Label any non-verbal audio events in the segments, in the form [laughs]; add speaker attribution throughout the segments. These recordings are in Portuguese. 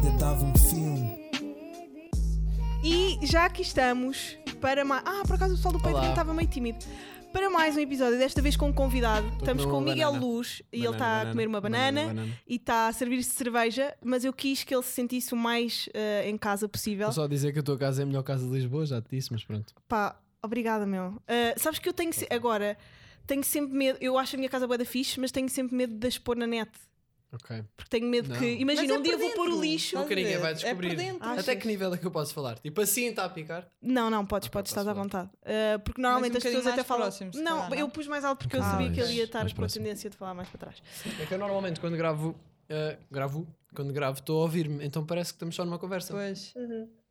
Speaker 1: contava um filme.
Speaker 2: E já aqui estamos para mais. Ah, por acaso o pessoal do Patreon
Speaker 3: Olá.
Speaker 2: estava meio tímido. Para mais um episódio, desta vez com um convidado. estamos
Speaker 3: comer
Speaker 2: com o
Speaker 3: uma
Speaker 2: Miguel
Speaker 3: banana.
Speaker 2: Luz e ele
Speaker 3: Banana,
Speaker 2: está a
Speaker 3: banana,
Speaker 2: comer uma banana,
Speaker 3: banana, banana.
Speaker 2: e está a servir-se de cerveja, mas eu quis que ele se sentisse o mais eh, em casa possível.
Speaker 3: Vou só dizer que a tua casa é a melhor casa de Lisboa, já te disse, mas pronto.
Speaker 2: Pá, obrigada, meu. Ah, sabes que eu tenho se- agora tenho sempre medo. Eu acho a minha casa bué da fixe, mas tenho sempre medo de as pôr na net.
Speaker 3: Ok.
Speaker 2: Porque tenho medo
Speaker 3: Não.
Speaker 2: que. Imagina,
Speaker 4: Mas é
Speaker 2: um dia eu
Speaker 4: por
Speaker 2: vou pôr o
Speaker 4: dentro.
Speaker 2: lixo.
Speaker 4: Estás a
Speaker 3: Nunca ninguém
Speaker 4: ver?
Speaker 3: vai
Speaker 4: É
Speaker 3: descobrir.
Speaker 4: por dentro.
Speaker 3: Até
Speaker 2: Achas?
Speaker 3: que nível é que eu posso falar? Tipo assim está a picar?
Speaker 2: Não, não, podes,
Speaker 3: Ok,
Speaker 2: podes,
Speaker 3: posso
Speaker 2: estás à
Speaker 3: falar.
Speaker 2: vontade. Ah, porque normalmente
Speaker 4: um
Speaker 2: as pessoas
Speaker 4: bocadinho
Speaker 2: até
Speaker 4: mais
Speaker 2: falam.
Speaker 4: próximo, se
Speaker 2: não,
Speaker 4: calhar, não?
Speaker 2: eu pus mais alto porque eu
Speaker 4: Ah,
Speaker 2: sabia que
Speaker 4: ok.
Speaker 2: ele ia estar
Speaker 5: Mais
Speaker 2: com a
Speaker 5: próximo.
Speaker 2: tendência de falar mais para trás.
Speaker 3: É que eu normalmente quando gravo, eh, gravo, quando gravo estou a ouvir-me, então parece que estamos só numa conversa.
Speaker 4: Pois.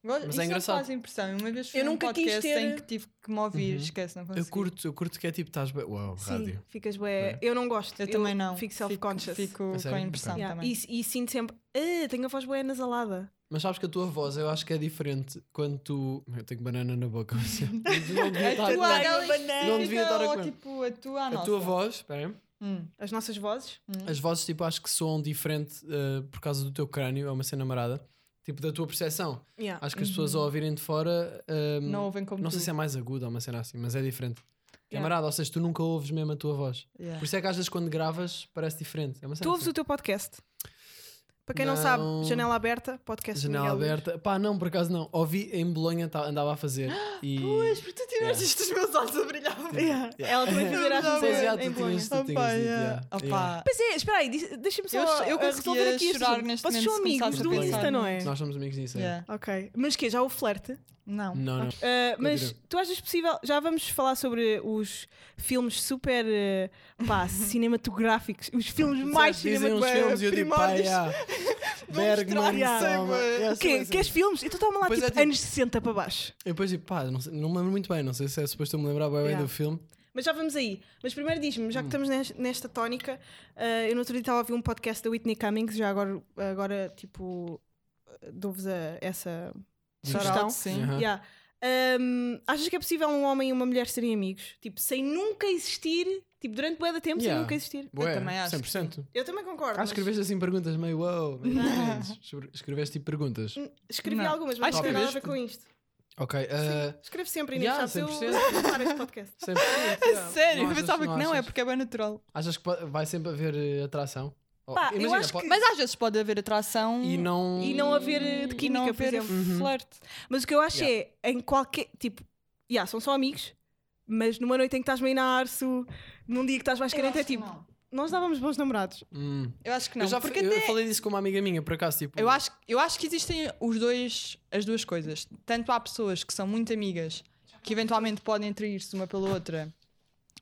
Speaker 3: Mas
Speaker 4: Mas
Speaker 3: é
Speaker 4: isso
Speaker 3: engraçado.
Speaker 4: Não faz impressão. Uma vez
Speaker 2: Uhum. Eu
Speaker 4: foi um
Speaker 2: nunca quis
Speaker 4: podcast
Speaker 2: ter-
Speaker 4: em que tive que me ouvir.
Speaker 3: Uhum.
Speaker 4: Esquece, não
Speaker 3: Eu
Speaker 4: consegui.
Speaker 3: curto, eu curto que é tipo, estás bem. Uau,
Speaker 2: Sim,
Speaker 3: rádio.
Speaker 2: ficas bué. Eu não gosto.
Speaker 4: Eu, também não.
Speaker 2: Fico self-conscious.
Speaker 4: Fico
Speaker 3: A
Speaker 4: com
Speaker 3: sério?
Speaker 4: a impressão
Speaker 2: Yeah,
Speaker 4: também.
Speaker 2: E, e sinto sempre. "Ah, tenho a voz bué nasalada.
Speaker 3: Mas sabes que a tua voz eu acho que é diferente quando tu. Eu tenho banana na boca, como
Speaker 2: [laughs]
Speaker 3: sempre. Tu não devia estar-
Speaker 2: tua-
Speaker 4: é
Speaker 2: Não
Speaker 4: não
Speaker 3: devia estar a comer.
Speaker 4: tipo a tua, a,
Speaker 3: A
Speaker 4: nossa.
Speaker 3: tua voz, espera aí.
Speaker 4: Hum.
Speaker 2: As nossas vozes?
Speaker 3: as vozes tipo acho que soam diferente eh, por causa do teu crânio, é uma cena marada, tipo da tua percepção.
Speaker 2: Yeah.
Speaker 3: Acho que as pessoas ao ouvirem de fora, eh,
Speaker 4: Não
Speaker 3: não,
Speaker 4: ouvem como tu.
Speaker 3: sei se é mais aguda ou uma cena assim, mas é diferente. É
Speaker 2: Yeah.
Speaker 3: marada, ou seja, tu nunca ouves mesmo a tua voz.
Speaker 4: Yeah.
Speaker 3: Por isso é que às vezes quando gravas parece diferente. É uma cena
Speaker 2: Tu ouves
Speaker 3: assim.
Speaker 2: o teu podcast? Para quem não,
Speaker 3: Não.
Speaker 2: sabe, janela aberta, podcast do
Speaker 3: Janela
Speaker 2: Miguel Luz.
Speaker 3: aberta. Pá, não, por acaso não. Ouvi em Bolonha, tá- andava a fazer.
Speaker 2: Ah,
Speaker 3: E...
Speaker 4: Pois, porque tu tiveste
Speaker 3: Yeah.
Speaker 2: [laughs]
Speaker 4: isto os meus olhos a brilhar.
Speaker 2: Yeah. É Ela também
Speaker 4: [laughs]
Speaker 2: fazia Erasmus
Speaker 3: Pois já,
Speaker 2: em- em
Speaker 3: tu tinhas-
Speaker 2: Bolonha.
Speaker 3: tu tinhas dito, yeah. Yeah.
Speaker 4: Opa.
Speaker 2: Pois é, espera aí, diz- deixa-me só
Speaker 4: Eu ch- eu
Speaker 2: uh,
Speaker 4: conseguia
Speaker 2: resolver aqui este
Speaker 4: chorar
Speaker 2: assunto.
Speaker 4: neste
Speaker 2: Vocês
Speaker 4: momento
Speaker 2: são
Speaker 4: se
Speaker 2: amigos
Speaker 4: começares
Speaker 2: do
Speaker 4: a pensar
Speaker 2: Insta, não é?
Speaker 3: Nós somos amigos disso. é.
Speaker 4: Yeah.
Speaker 2: Ok, mas que já o flerte?
Speaker 4: Não.
Speaker 3: Não, não.
Speaker 2: Uh, mas
Speaker 3: Continua.
Speaker 2: tu achas possível? Já vamos falar sobre os filmes super uh, [laughs] pá, cinematográficos, os filmes mais
Speaker 3: Dizem uns filmes e eu digo, pá,
Speaker 2: cinematográficos.
Speaker 3: yeah.
Speaker 2: [laughs]
Speaker 3: Bergman,
Speaker 2: mostrar, yeah.
Speaker 3: toma. Yeah, é
Speaker 2: O quê?
Speaker 3: sim,
Speaker 2: Queres
Speaker 3: sim.
Speaker 2: filmes? Então toma lá
Speaker 3: Pois
Speaker 2: tipo,
Speaker 3: é, tipo-
Speaker 2: anos 60 para baixo.
Speaker 3: Eu depois digo, pá, não, sei- não me lembro muito bem, não sei se é suposto eu me lembrar bem, bem
Speaker 2: Yeah.
Speaker 3: do filme.
Speaker 2: Mas já vamos aí. Mas primeiro diz-me, já que estamos nes- nesta tónica, eh, eu no outro dia estava a ouvir um podcast da Whitney Cummings, já agora, agora tipo, eh, dou-vos a- essa
Speaker 4: Shout
Speaker 2: sugestão.
Speaker 4: out, sim.
Speaker 3: Aham.
Speaker 2: Yeah. Ahm, achas que é possível um homem e uma mulher serem amigos? Tipo, sem nunca existir, tipo, durante bué de tempo, sem
Speaker 3: Yeah.
Speaker 2: nunca existir?
Speaker 3: Bué,
Speaker 4: também acho que
Speaker 3: 100%.
Speaker 2: Eu também concordo.
Speaker 3: Ah,
Speaker 2: mas-
Speaker 3: escreveste assim perguntas meio wow,
Speaker 4: [laughs]
Speaker 3: meio diferentes. Escre- escreveste tipo perguntas.
Speaker 2: Hum, Escrevi
Speaker 4: Não.
Speaker 2: algumas,
Speaker 4: Ah,
Speaker 2: mas não tem nada a ver
Speaker 3: escreveste?
Speaker 2: com isto.
Speaker 3: Ok, ah,
Speaker 2: Escrevo sempre, Inês,
Speaker 3: Yeah,
Speaker 2: sabes? Eu
Speaker 3: 100%.
Speaker 2: [laughs] vou parar este podcast.
Speaker 3: 100%.
Speaker 4: [laughs] A sério, eu
Speaker 3: achas-
Speaker 4: pensava que não, é
Speaker 3: achas?
Speaker 4: porque é bem
Speaker 3: [laughs]
Speaker 4: natural.
Speaker 3: Achas que po- vai sempre haver eh, atração? Oh,
Speaker 2: Pá, eu acho
Speaker 3: po-
Speaker 2: que-
Speaker 4: Mas às vezes pode haver atração
Speaker 3: E não. Uhum.
Speaker 2: E não haver eh, de
Speaker 4: e não
Speaker 2: química, por
Speaker 4: haver
Speaker 2: exemplo.
Speaker 4: flerte.
Speaker 3: Hum.
Speaker 2: Mas o que eu acho é, em qualquer. Tipo, yeah, são só amigos, mas numa noite em que estás meio na arço, num dia que estás mais carente, é tipo, nós dávamos bons namorados.
Speaker 3: Hum.
Speaker 4: Eu acho que não.
Speaker 3: Eu já fa-
Speaker 4: porque
Speaker 3: eu
Speaker 4: até-
Speaker 3: falei disso com uma amiga minha, por acaso. Tipo,
Speaker 4: Eu acho, eu acho que existem os dois, as duas coisas. Tanto há pessoas que são muito amigas, que eventualmente podem trair-se uma pela outra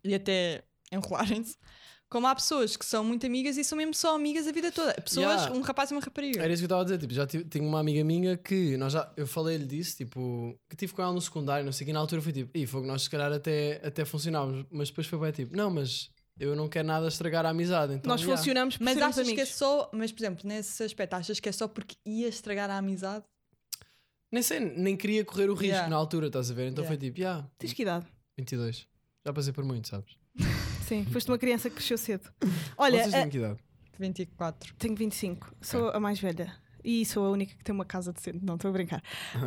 Speaker 4: e até enrolarem-se, como há pessoas que são muito amigas e são mesmo só amigas a vida toda. Pessoas,
Speaker 3: Yeah.
Speaker 4: um rapaz e uma rapariga.
Speaker 3: Era isso que eu estava a dizer, tipo, já tive, tinha uma amiga minha que nós já, eu falei-lhe disso, tipo, que tive com ela no secundário, não sei, que na altura foi tipo, e foi que nós se calhar até, até funcionávamos, mas depois foi bem tipo, não, mas eu não quero nada estragar a amizade, então
Speaker 2: nós
Speaker 3: yeah.
Speaker 2: funcionamos por
Speaker 4: Mas
Speaker 2: sermos
Speaker 4: achas que é
Speaker 2: amigos.
Speaker 4: só, mas por exemplo, nesse aspecto, achas que é só porque ia estragar a amizade?
Speaker 3: Nem sei, nem queria correr o risco
Speaker 4: Yeah.
Speaker 3: na altura, estás a ver? Então
Speaker 4: Yeah.
Speaker 3: foi tipo, yeah,
Speaker 2: Tens que idade?
Speaker 3: 22. Já passei por muito, sabes?
Speaker 2: Sim, foste uma criança que cresceu cedo. Olha, eh,
Speaker 3: Vocês
Speaker 2: a-
Speaker 3: têm que idade?
Speaker 4: 24.
Speaker 2: tenho 25, sou a mais velha. E sou a única que tem uma casa decente, não estou a brincar.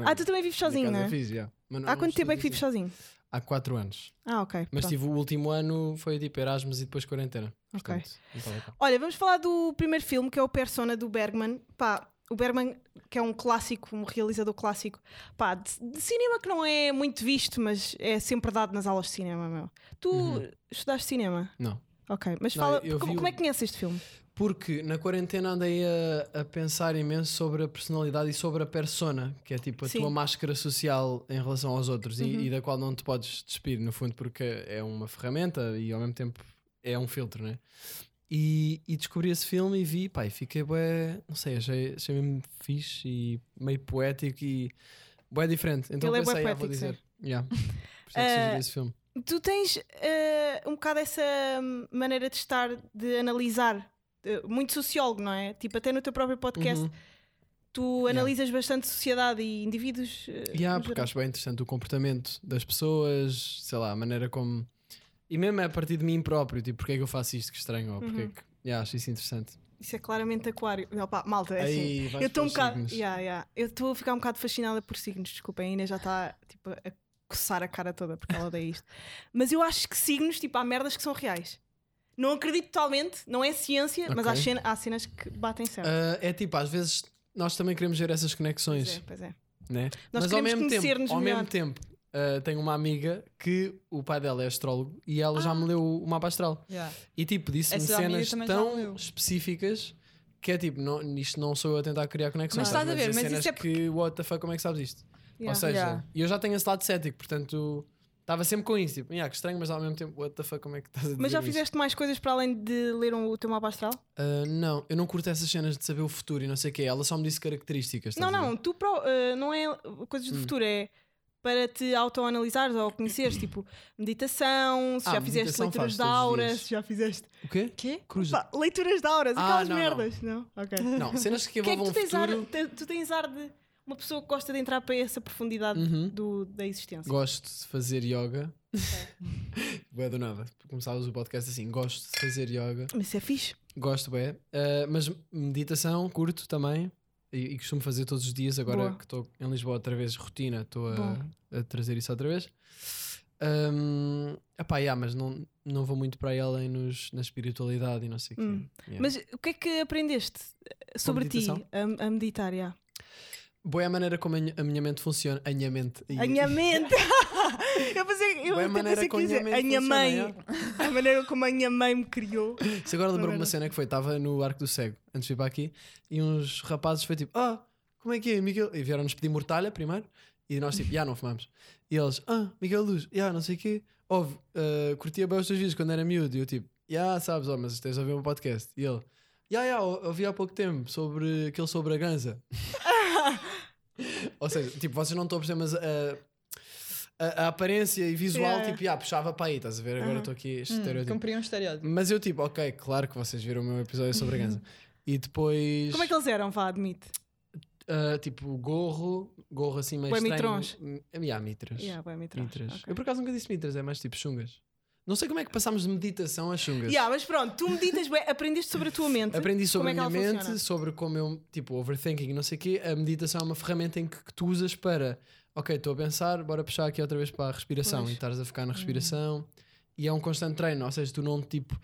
Speaker 2: Ah,
Speaker 3: [laughs]
Speaker 2: tu também vives sozinho,
Speaker 3: Por
Speaker 2: não
Speaker 3: acaso eu
Speaker 2: é?
Speaker 3: fiz, yeah. Mas não-
Speaker 2: Há
Speaker 3: não
Speaker 2: quanto
Speaker 3: estou
Speaker 2: tempo é que
Speaker 3: assim.
Speaker 2: vives sozinho?
Speaker 3: Há 4 anos.
Speaker 2: Ah, ok.
Speaker 3: Mas tipo
Speaker 2: pronto.
Speaker 3: tive o último ano, foi tipo Erasmus e depois quarentena.
Speaker 2: Ok.
Speaker 3: Portanto, não estava cá.
Speaker 2: Olha, vamos falar do primeiro filme que é o Persona do Bergman. Pá, o Bergman, que é um clássico, um realizador clássico, pá, de, de cinema que não é muito visto, mas é sempre dado nas aulas de cinema, meu. Tu
Speaker 3: Uhum.
Speaker 2: estudaste cinema?
Speaker 3: Não.
Speaker 2: Ok, mas
Speaker 3: Não,
Speaker 2: fala,
Speaker 3: eu
Speaker 2: como,
Speaker 3: vi o-
Speaker 2: como é que conheces este filme?
Speaker 3: Porque na quarentena andei a, a pensar imenso sobre a personalidade e sobre a persona, que é tipo a
Speaker 2: Sim. Uhum.
Speaker 3: tua máscara social em relação aos outros e, e da qual não te podes despir, no fundo, porque é uma ferramenta e ao mesmo tempo é um filtro, né? E, e descobri esse filme e vi, pá, e fiquei bué, não sei, achei, achei mesmo fixe e meio poético e bué diferente. Então
Speaker 2: Ele é bué
Speaker 3: pensei, ah, vou
Speaker 2: poético,
Speaker 3: dizer. Yeah. Portanto,
Speaker 2: [laughs]
Speaker 3: sugeri
Speaker 2: Eh,
Speaker 3: esse filme.
Speaker 2: Tu tens eh, um bocado essa hum, maneira de estar, de analisar, eh, muito sociólogo, não é? Tipo, até no teu próprio podcast,
Speaker 3: Uhum.
Speaker 2: tu analisas bastante sociedade e indivíduos. eh,
Speaker 4: É,
Speaker 3: Yeah,
Speaker 2: no
Speaker 3: porque
Speaker 2: geral.
Speaker 3: acho bem interessante o comportamento das pessoas, sei lá, a maneira como.
Speaker 4: Uhum.
Speaker 3: E mesmo é a partir de mim próprio, tipo, porque é que eu faço isto que estranho, ou porque é que. Yeah, acho isso interessante.
Speaker 2: Isso é claramente aquário. Não, pá, malta, é assim.
Speaker 3: Aí, vais
Speaker 2: Eu estou um
Speaker 3: pelos
Speaker 2: bocado.
Speaker 3: signos.
Speaker 2: Yeah, yeah. Eu estou a ficar um bocado fascinada por signos, desculpem, a Inês já está tipo, a coçar a cara toda porque ela odeia isto. Mas eu acho que signos, tipo, há merdas que são reais. Não acredito totalmente, não é ciência, mas há,
Speaker 3: Ok.
Speaker 2: cena- há cenas que batem certo.
Speaker 3: Ah, é tipo, às vezes nós também queremos ver
Speaker 2: pois
Speaker 3: essas
Speaker 2: é,
Speaker 3: conexões,
Speaker 2: pois é.
Speaker 3: né?
Speaker 2: Nós
Speaker 3: Mas ao
Speaker 2: queremos
Speaker 3: mesmo
Speaker 2: conhecer-nos
Speaker 3: tempo, ao
Speaker 2: melhor.
Speaker 3: mesmo tempo ah, tenho uma amiga que o pai dela é astrólogo e ela
Speaker 2: Ah.
Speaker 3: já me leu o mapa astral.
Speaker 4: Yeah.
Speaker 3: E tipo, disse-me
Speaker 4: Essa amiga
Speaker 3: cenas
Speaker 4: também já me
Speaker 3: tão
Speaker 4: leu.
Speaker 3: específicas que é tipo, não, isto não sou eu a tentar criar conexões.
Speaker 4: Mas estás a ver,
Speaker 3: é
Speaker 4: mas
Speaker 3: cenas
Speaker 4: isso é
Speaker 3: que, what the fuck, como é que sabes isto? Ou
Speaker 2: Yeah.
Speaker 3: seja,
Speaker 4: Yeah.
Speaker 3: eu já tenho esse lado cético, portanto, estava sempre com isso, tipo, yeah, que estranho, mas ao mesmo tempo, what the fuck, como é que estás a dizer
Speaker 2: mas já
Speaker 3: isto?
Speaker 2: fizeste mais coisas para além de ler um, o teu mapa astral?
Speaker 3: Ah, não, eu não curto essas cenas de saber o futuro e não sei o quê. Ela só me disse características.
Speaker 2: Não,
Speaker 3: estás a ver? Hum.
Speaker 2: não, tu pro- eh, não é coisas do futuro, é para te autoanalisares ou conheceres, tipo meditação, se
Speaker 3: Ah,
Speaker 2: já fizeste
Speaker 3: meditação
Speaker 2: leituras
Speaker 3: faz
Speaker 2: de
Speaker 3: todos os
Speaker 2: auras,
Speaker 3: dias.
Speaker 2: se já fizeste
Speaker 3: O quê?
Speaker 4: Quê?
Speaker 3: Cruza.
Speaker 2: Pá, leituras de auras,
Speaker 3: Ah,
Speaker 2: aquelas
Speaker 3: não, não.
Speaker 2: merdas, não?
Speaker 3: [laughs]
Speaker 2: Ok.
Speaker 3: Não, cenas que
Speaker 2: O [laughs] que é que
Speaker 3: envolvam
Speaker 2: tu
Speaker 3: o
Speaker 2: tens, ar,
Speaker 3: um futuro.
Speaker 2: te- tu tens ar de uma pessoa que gosta de entrar para essa profundidade
Speaker 3: Uhum.
Speaker 2: do- da existência?
Speaker 3: Gosto de fazer yoga. [laughs] Bué do nada. Começavas o podcast assim. Gosto de fazer yoga.
Speaker 2: Mas isso é fixe.
Speaker 3: Gosto, bué. Ah, mas meditação, curto também. E, e costumo fazer todos os dias. Agora
Speaker 2: Boa.
Speaker 3: que estou em Lisboa outra vez, rotina, estou a,
Speaker 2: Bom.
Speaker 3: a trazer isso outra vez. Um, epá, yeah, mas não, não vou muito para ela nos, na espiritualidade e não sei o
Speaker 2: Hum.
Speaker 3: quê. Yeah.
Speaker 2: Mas o que é que aprendeste eh, sobre ti
Speaker 3: meditação?
Speaker 2: a, a meditar? já?
Speaker 3: Boa é a maneira como a minha- a minha mente funciona. A minha mente. E-
Speaker 2: A
Speaker 3: [laughs]
Speaker 2: minha mente! eu pensei, eu
Speaker 3: Boa é a
Speaker 2: até
Speaker 3: maneira
Speaker 2: pensei que
Speaker 3: como a minha
Speaker 2: ia dizer,
Speaker 3: mente
Speaker 2: a minha
Speaker 3: funciona,
Speaker 2: mãe,
Speaker 3: yeah.
Speaker 2: a maneira como a minha mãe me criou.
Speaker 3: Isso agora
Speaker 2: Maneira.
Speaker 3: lembrou-me uma cena que foi: estava no Arco do Cego, antes de vir para aqui, e uns rapazes foi tipo: Ah, como é que é, Miguel? E vieram-nos pedir mortalha primeiro, e nós tipo: Já não fumamos. E eles: Ah, Miguel Luz, já não sei o quê. Ouve, ah, curtia bem os teus vídeos quando era miúdo, e eu tipo: Já sabes, ó, mas tens a ver um podcast. E ele: Já, já, ou- ouvi há pouco tempo sobre aquele sobre a ganza. [laughs] Ou seja, tipo, vocês não estão a perceber, mas ah, a, a aparência e visual,
Speaker 2: Yeah, yeah.
Speaker 3: tipo, já puxava para aí, estás a ver? Agora
Speaker 2: Aham.
Speaker 3: estou aqui este
Speaker 4: Hum,
Speaker 3: estereotipo.
Speaker 4: cumpri um estereótipo.
Speaker 3: Mas eu tipo, ok, claro que vocês viram o meu episódio sobre a ganza. E depois,
Speaker 2: Como é que eles eram? Vá, admite.
Speaker 3: ah, tipo, gorro, gorro assim meio
Speaker 2: Bué
Speaker 3: estranho.
Speaker 2: mitrons.
Speaker 3: Hum, yeah, mitras.
Speaker 2: Yeah, bem, me traz.
Speaker 3: mitras.
Speaker 2: Ok.
Speaker 3: Eu por acaso nunca disse mitras, é mais tipo chungas. Não sei como é que passámos de meditação a chungas.
Speaker 2: Yeah, mas pronto, tu meditas, bué, aprendeste sobre a tua mente.
Speaker 3: Aprendi
Speaker 2: Como
Speaker 3: sobre
Speaker 2: é
Speaker 3: a
Speaker 2: que
Speaker 3: minha
Speaker 2: ela
Speaker 3: mente,
Speaker 2: funciona?
Speaker 3: sobre como eu, tipo, overthinking e não sei o quê. A meditação é uma ferramenta em que, que tu usas para, ok, estou a pensar, bora puxar aqui outra vez para a respiração
Speaker 2: Pois. Hum.
Speaker 3: e estás a ficar na respiração. E é um constante treino, ou seja, tu não, tipo,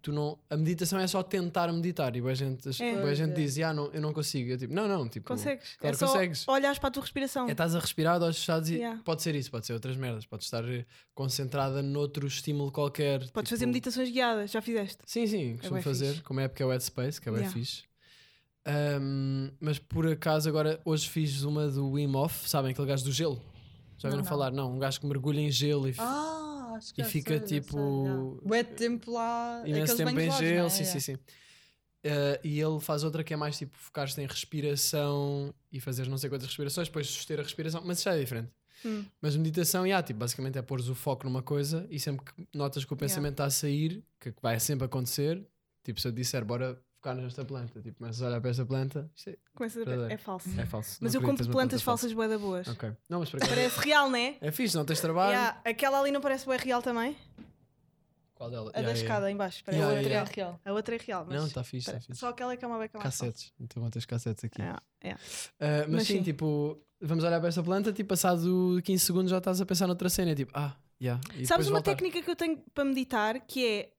Speaker 3: tu não. A meditação é só tentar meditar. E boa gente, as-
Speaker 2: É.
Speaker 3: bué
Speaker 4: Pois
Speaker 3: gente
Speaker 4: é.
Speaker 3: diz, ah, não, eu não consigo. Eu, tipo, não, não, tipo.
Speaker 2: Consegues?
Speaker 3: Claro
Speaker 2: é
Speaker 3: que
Speaker 2: só
Speaker 3: consegues.
Speaker 2: olhares para a tua respiração.
Speaker 3: É, estás a respirar, olhos fechados e
Speaker 2: Yeah.
Speaker 3: pode ser isso, pode ser outras merdas, pode estar eh, concentrada noutro estímulo qualquer.
Speaker 2: Podes
Speaker 3: tipo-
Speaker 2: fazer meditações guiadas, já fizeste.
Speaker 3: Sim, sim, costumo
Speaker 2: bué
Speaker 3: fazer,
Speaker 2: fixe.
Speaker 3: como é porque é o Headspace, que é bem
Speaker 2: Yeah.
Speaker 3: fixe. Ahm, mas por acaso agora hoje fiz uma do Wim Hof, sabem aquele gajo do gelo? Já ouviram
Speaker 4: Não.
Speaker 3: falar? Não, um gajo que mergulha em gelo e, fi-
Speaker 4: Ah, acho
Speaker 3: e
Speaker 4: já
Speaker 3: fica
Speaker 4: sei, já sei, já.
Speaker 3: tipo
Speaker 4: Bué de tempo lá.
Speaker 3: imenso
Speaker 4: aqueles
Speaker 3: tempo
Speaker 4: banhos
Speaker 3: em
Speaker 4: lados, não é?
Speaker 3: gelo, sim,
Speaker 4: Yeah.
Speaker 3: sim, sim. Ah, e ele faz outra que é mais tipo focar-se em respiração e fazer não sei quantas respirações, depois suster a respiração, mas isso já é diferente.
Speaker 2: Hum.
Speaker 3: Mas meditação, yeah, tipo, basicamente é pôres o foco numa coisa e sempre que notas que o pensamento está a sair, que vai sempre acontecer, tipo, se eu te disser, bora focar nesta planta, tipo, começas a olhar para esta planta, isto é,
Speaker 2: Começas a ver.
Speaker 3: Verdadeiro.
Speaker 2: É falso.
Speaker 3: é falso.
Speaker 2: Mas eu
Speaker 3: não
Speaker 2: compro
Speaker 3: acreditas numa
Speaker 2: plantas
Speaker 3: planta
Speaker 2: falsas bué da boas.
Speaker 3: falsa. é Ok. Não, mas para
Speaker 2: Parece real, né?
Speaker 3: É fixe, não tens trabalho.
Speaker 2: Yeah, aquela ali não parece bué real também?
Speaker 3: Qual dela?
Speaker 2: A da escada em baixo. parece.
Speaker 3: Yeah,
Speaker 2: a, outra
Speaker 3: yeah,
Speaker 2: é,
Speaker 4: É real.
Speaker 2: a outra é real, mas
Speaker 3: Não, tá. está fixe, está
Speaker 2: pare-
Speaker 3: fixe.
Speaker 2: só aquela é que é uma beca mais
Speaker 3: Cassetes. Então vão ter os cassetes aqui.
Speaker 2: falsa. É, é.
Speaker 3: Ah, mas,
Speaker 2: Mas
Speaker 3: sim,
Speaker 2: sim.
Speaker 3: tipo, vamos olhar para esta planta, tipo, passado 15 segundos já estás a pensar noutra cena, tipo, ah, yeah. E
Speaker 2: Sabes
Speaker 3: depois
Speaker 2: uma
Speaker 3: voltar.
Speaker 2: técnica que eu tenho para meditar, que é,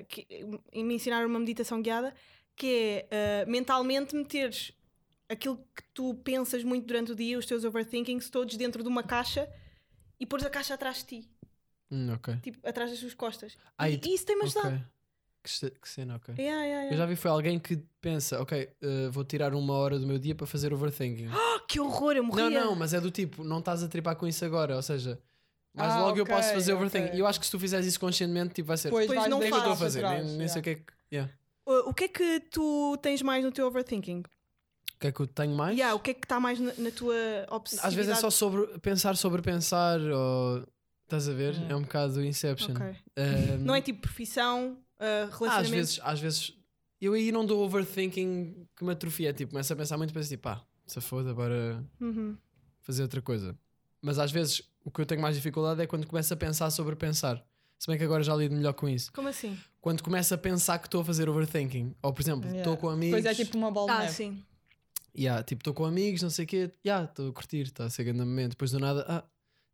Speaker 2: ah, que, e me ensinaram uma meditação guiada, que é ah, mentalmente meteres aquilo que tu pensas muito durante o dia, os teus overthinkings, todos dentro de uma caixa e pôres a caixa atrás de ti,
Speaker 3: Hum, ok.
Speaker 2: tipo, atrás das tuas costas.
Speaker 3: Ah,
Speaker 2: e, É.
Speaker 3: e tu-
Speaker 2: e isso tem-me
Speaker 3: Ok.
Speaker 2: ajudado.
Speaker 3: Que, ce- que cena, ok.
Speaker 2: Yeah, yeah, yeah.
Speaker 3: Eu já vi foi alguém que pensa, ok, eh, vou tirar uma hora do meu dia para fazer
Speaker 2: [gasps]
Speaker 3: overthinking.
Speaker 2: Ah, que horror, eu morria.
Speaker 3: não, não, mas é do tipo, não estás a tripar com isso agora, ou seja, mais
Speaker 4: Ah,
Speaker 3: logo eu
Speaker 4: ok,
Speaker 3: posso fazer overthinking.
Speaker 4: ok.
Speaker 3: E eu acho que se tu fizeres isso conscientemente, tipo, vai ser,
Speaker 4: Pois
Speaker 2: Depois
Speaker 4: vais
Speaker 2: não
Speaker 3: nem
Speaker 4: bem
Speaker 3: o que eu estou a
Speaker 4: para
Speaker 3: fazer, nem,
Speaker 4: trás,
Speaker 3: nem
Speaker 4: yeah.
Speaker 3: sei o que é que, yeah.
Speaker 2: Ah, O que é que tu tens mais no teu overthinking?
Speaker 3: O que é que eu tenho mais.
Speaker 2: Yeah, o que é que está mais na, na tua obsessividade?
Speaker 3: Às vezes é só sobre pensar sobre pensar, ou estás a ver?
Speaker 4: Yeah.
Speaker 3: É um bocado Inception.
Speaker 2: Ok.
Speaker 4: [laughs]
Speaker 3: Ahm,
Speaker 2: Não é tipo profissão, ah,
Speaker 3: Ah, às
Speaker 2: relacionamento?
Speaker 3: vezes, às vezes eu aí não dou overthinking que me atrofia, tipo, começo a pensar muito, penso tipo, pá, se foda, agora
Speaker 2: Uhum.
Speaker 3: fazer outra coisa. Mas às vezes o que eu tenho mais dificuldade é quando começo a pensar sobre pensar. Se bem que agora já lido melhor com isso.
Speaker 2: Como assim?
Speaker 3: Quando começo a pensar que estou a fazer overthinking, ou por exemplo, estou
Speaker 4: Yeah.
Speaker 3: com amigos,
Speaker 4: Depois é tipo uma bola de
Speaker 2: Ah,
Speaker 4: neve.
Speaker 2: sim.
Speaker 3: yeah, tipo, estou com amigos, não sei o quê, yeah, estou a curtir, está a ser grande momento. Depois do nada, ah,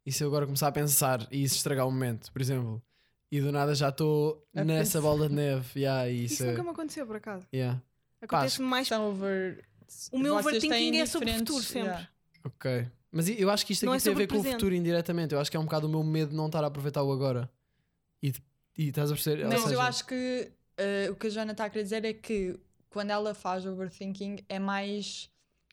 Speaker 3: e se eu agora começar a pensar e isso estragar o momento, por exemplo, e do nada já estou
Speaker 4: A
Speaker 3: nessa
Speaker 4: pensar.
Speaker 3: bola de neve,
Speaker 2: [laughs]
Speaker 3: yeah, e isso,
Speaker 2: É Isso
Speaker 3: é-
Speaker 2: nunca me aconteceu, por acaso.
Speaker 3: yeah,
Speaker 2: Acontece-me mais.
Speaker 4: São Então, over.
Speaker 2: O meu
Speaker 4: Vocês têm
Speaker 2: overthinking é sobre o
Speaker 4: diferentes-
Speaker 2: futuro sempre.
Speaker 4: yeah.
Speaker 3: ok. Mas e- eu acho que isto
Speaker 2: Não
Speaker 3: aqui
Speaker 2: é
Speaker 3: tem a
Speaker 2: sobre
Speaker 3: ver
Speaker 2: o
Speaker 3: com o
Speaker 2: presente.
Speaker 3: futuro indiretamente. Eu acho que é um bocado o meu medo de não estar a aproveitar o agora. E, e estás a perceber? Ou
Speaker 4: Mas eu
Speaker 3: seja,
Speaker 4: acho que eh, o que a Joana está a querer dizer é que quando ela faz overthinking é mais.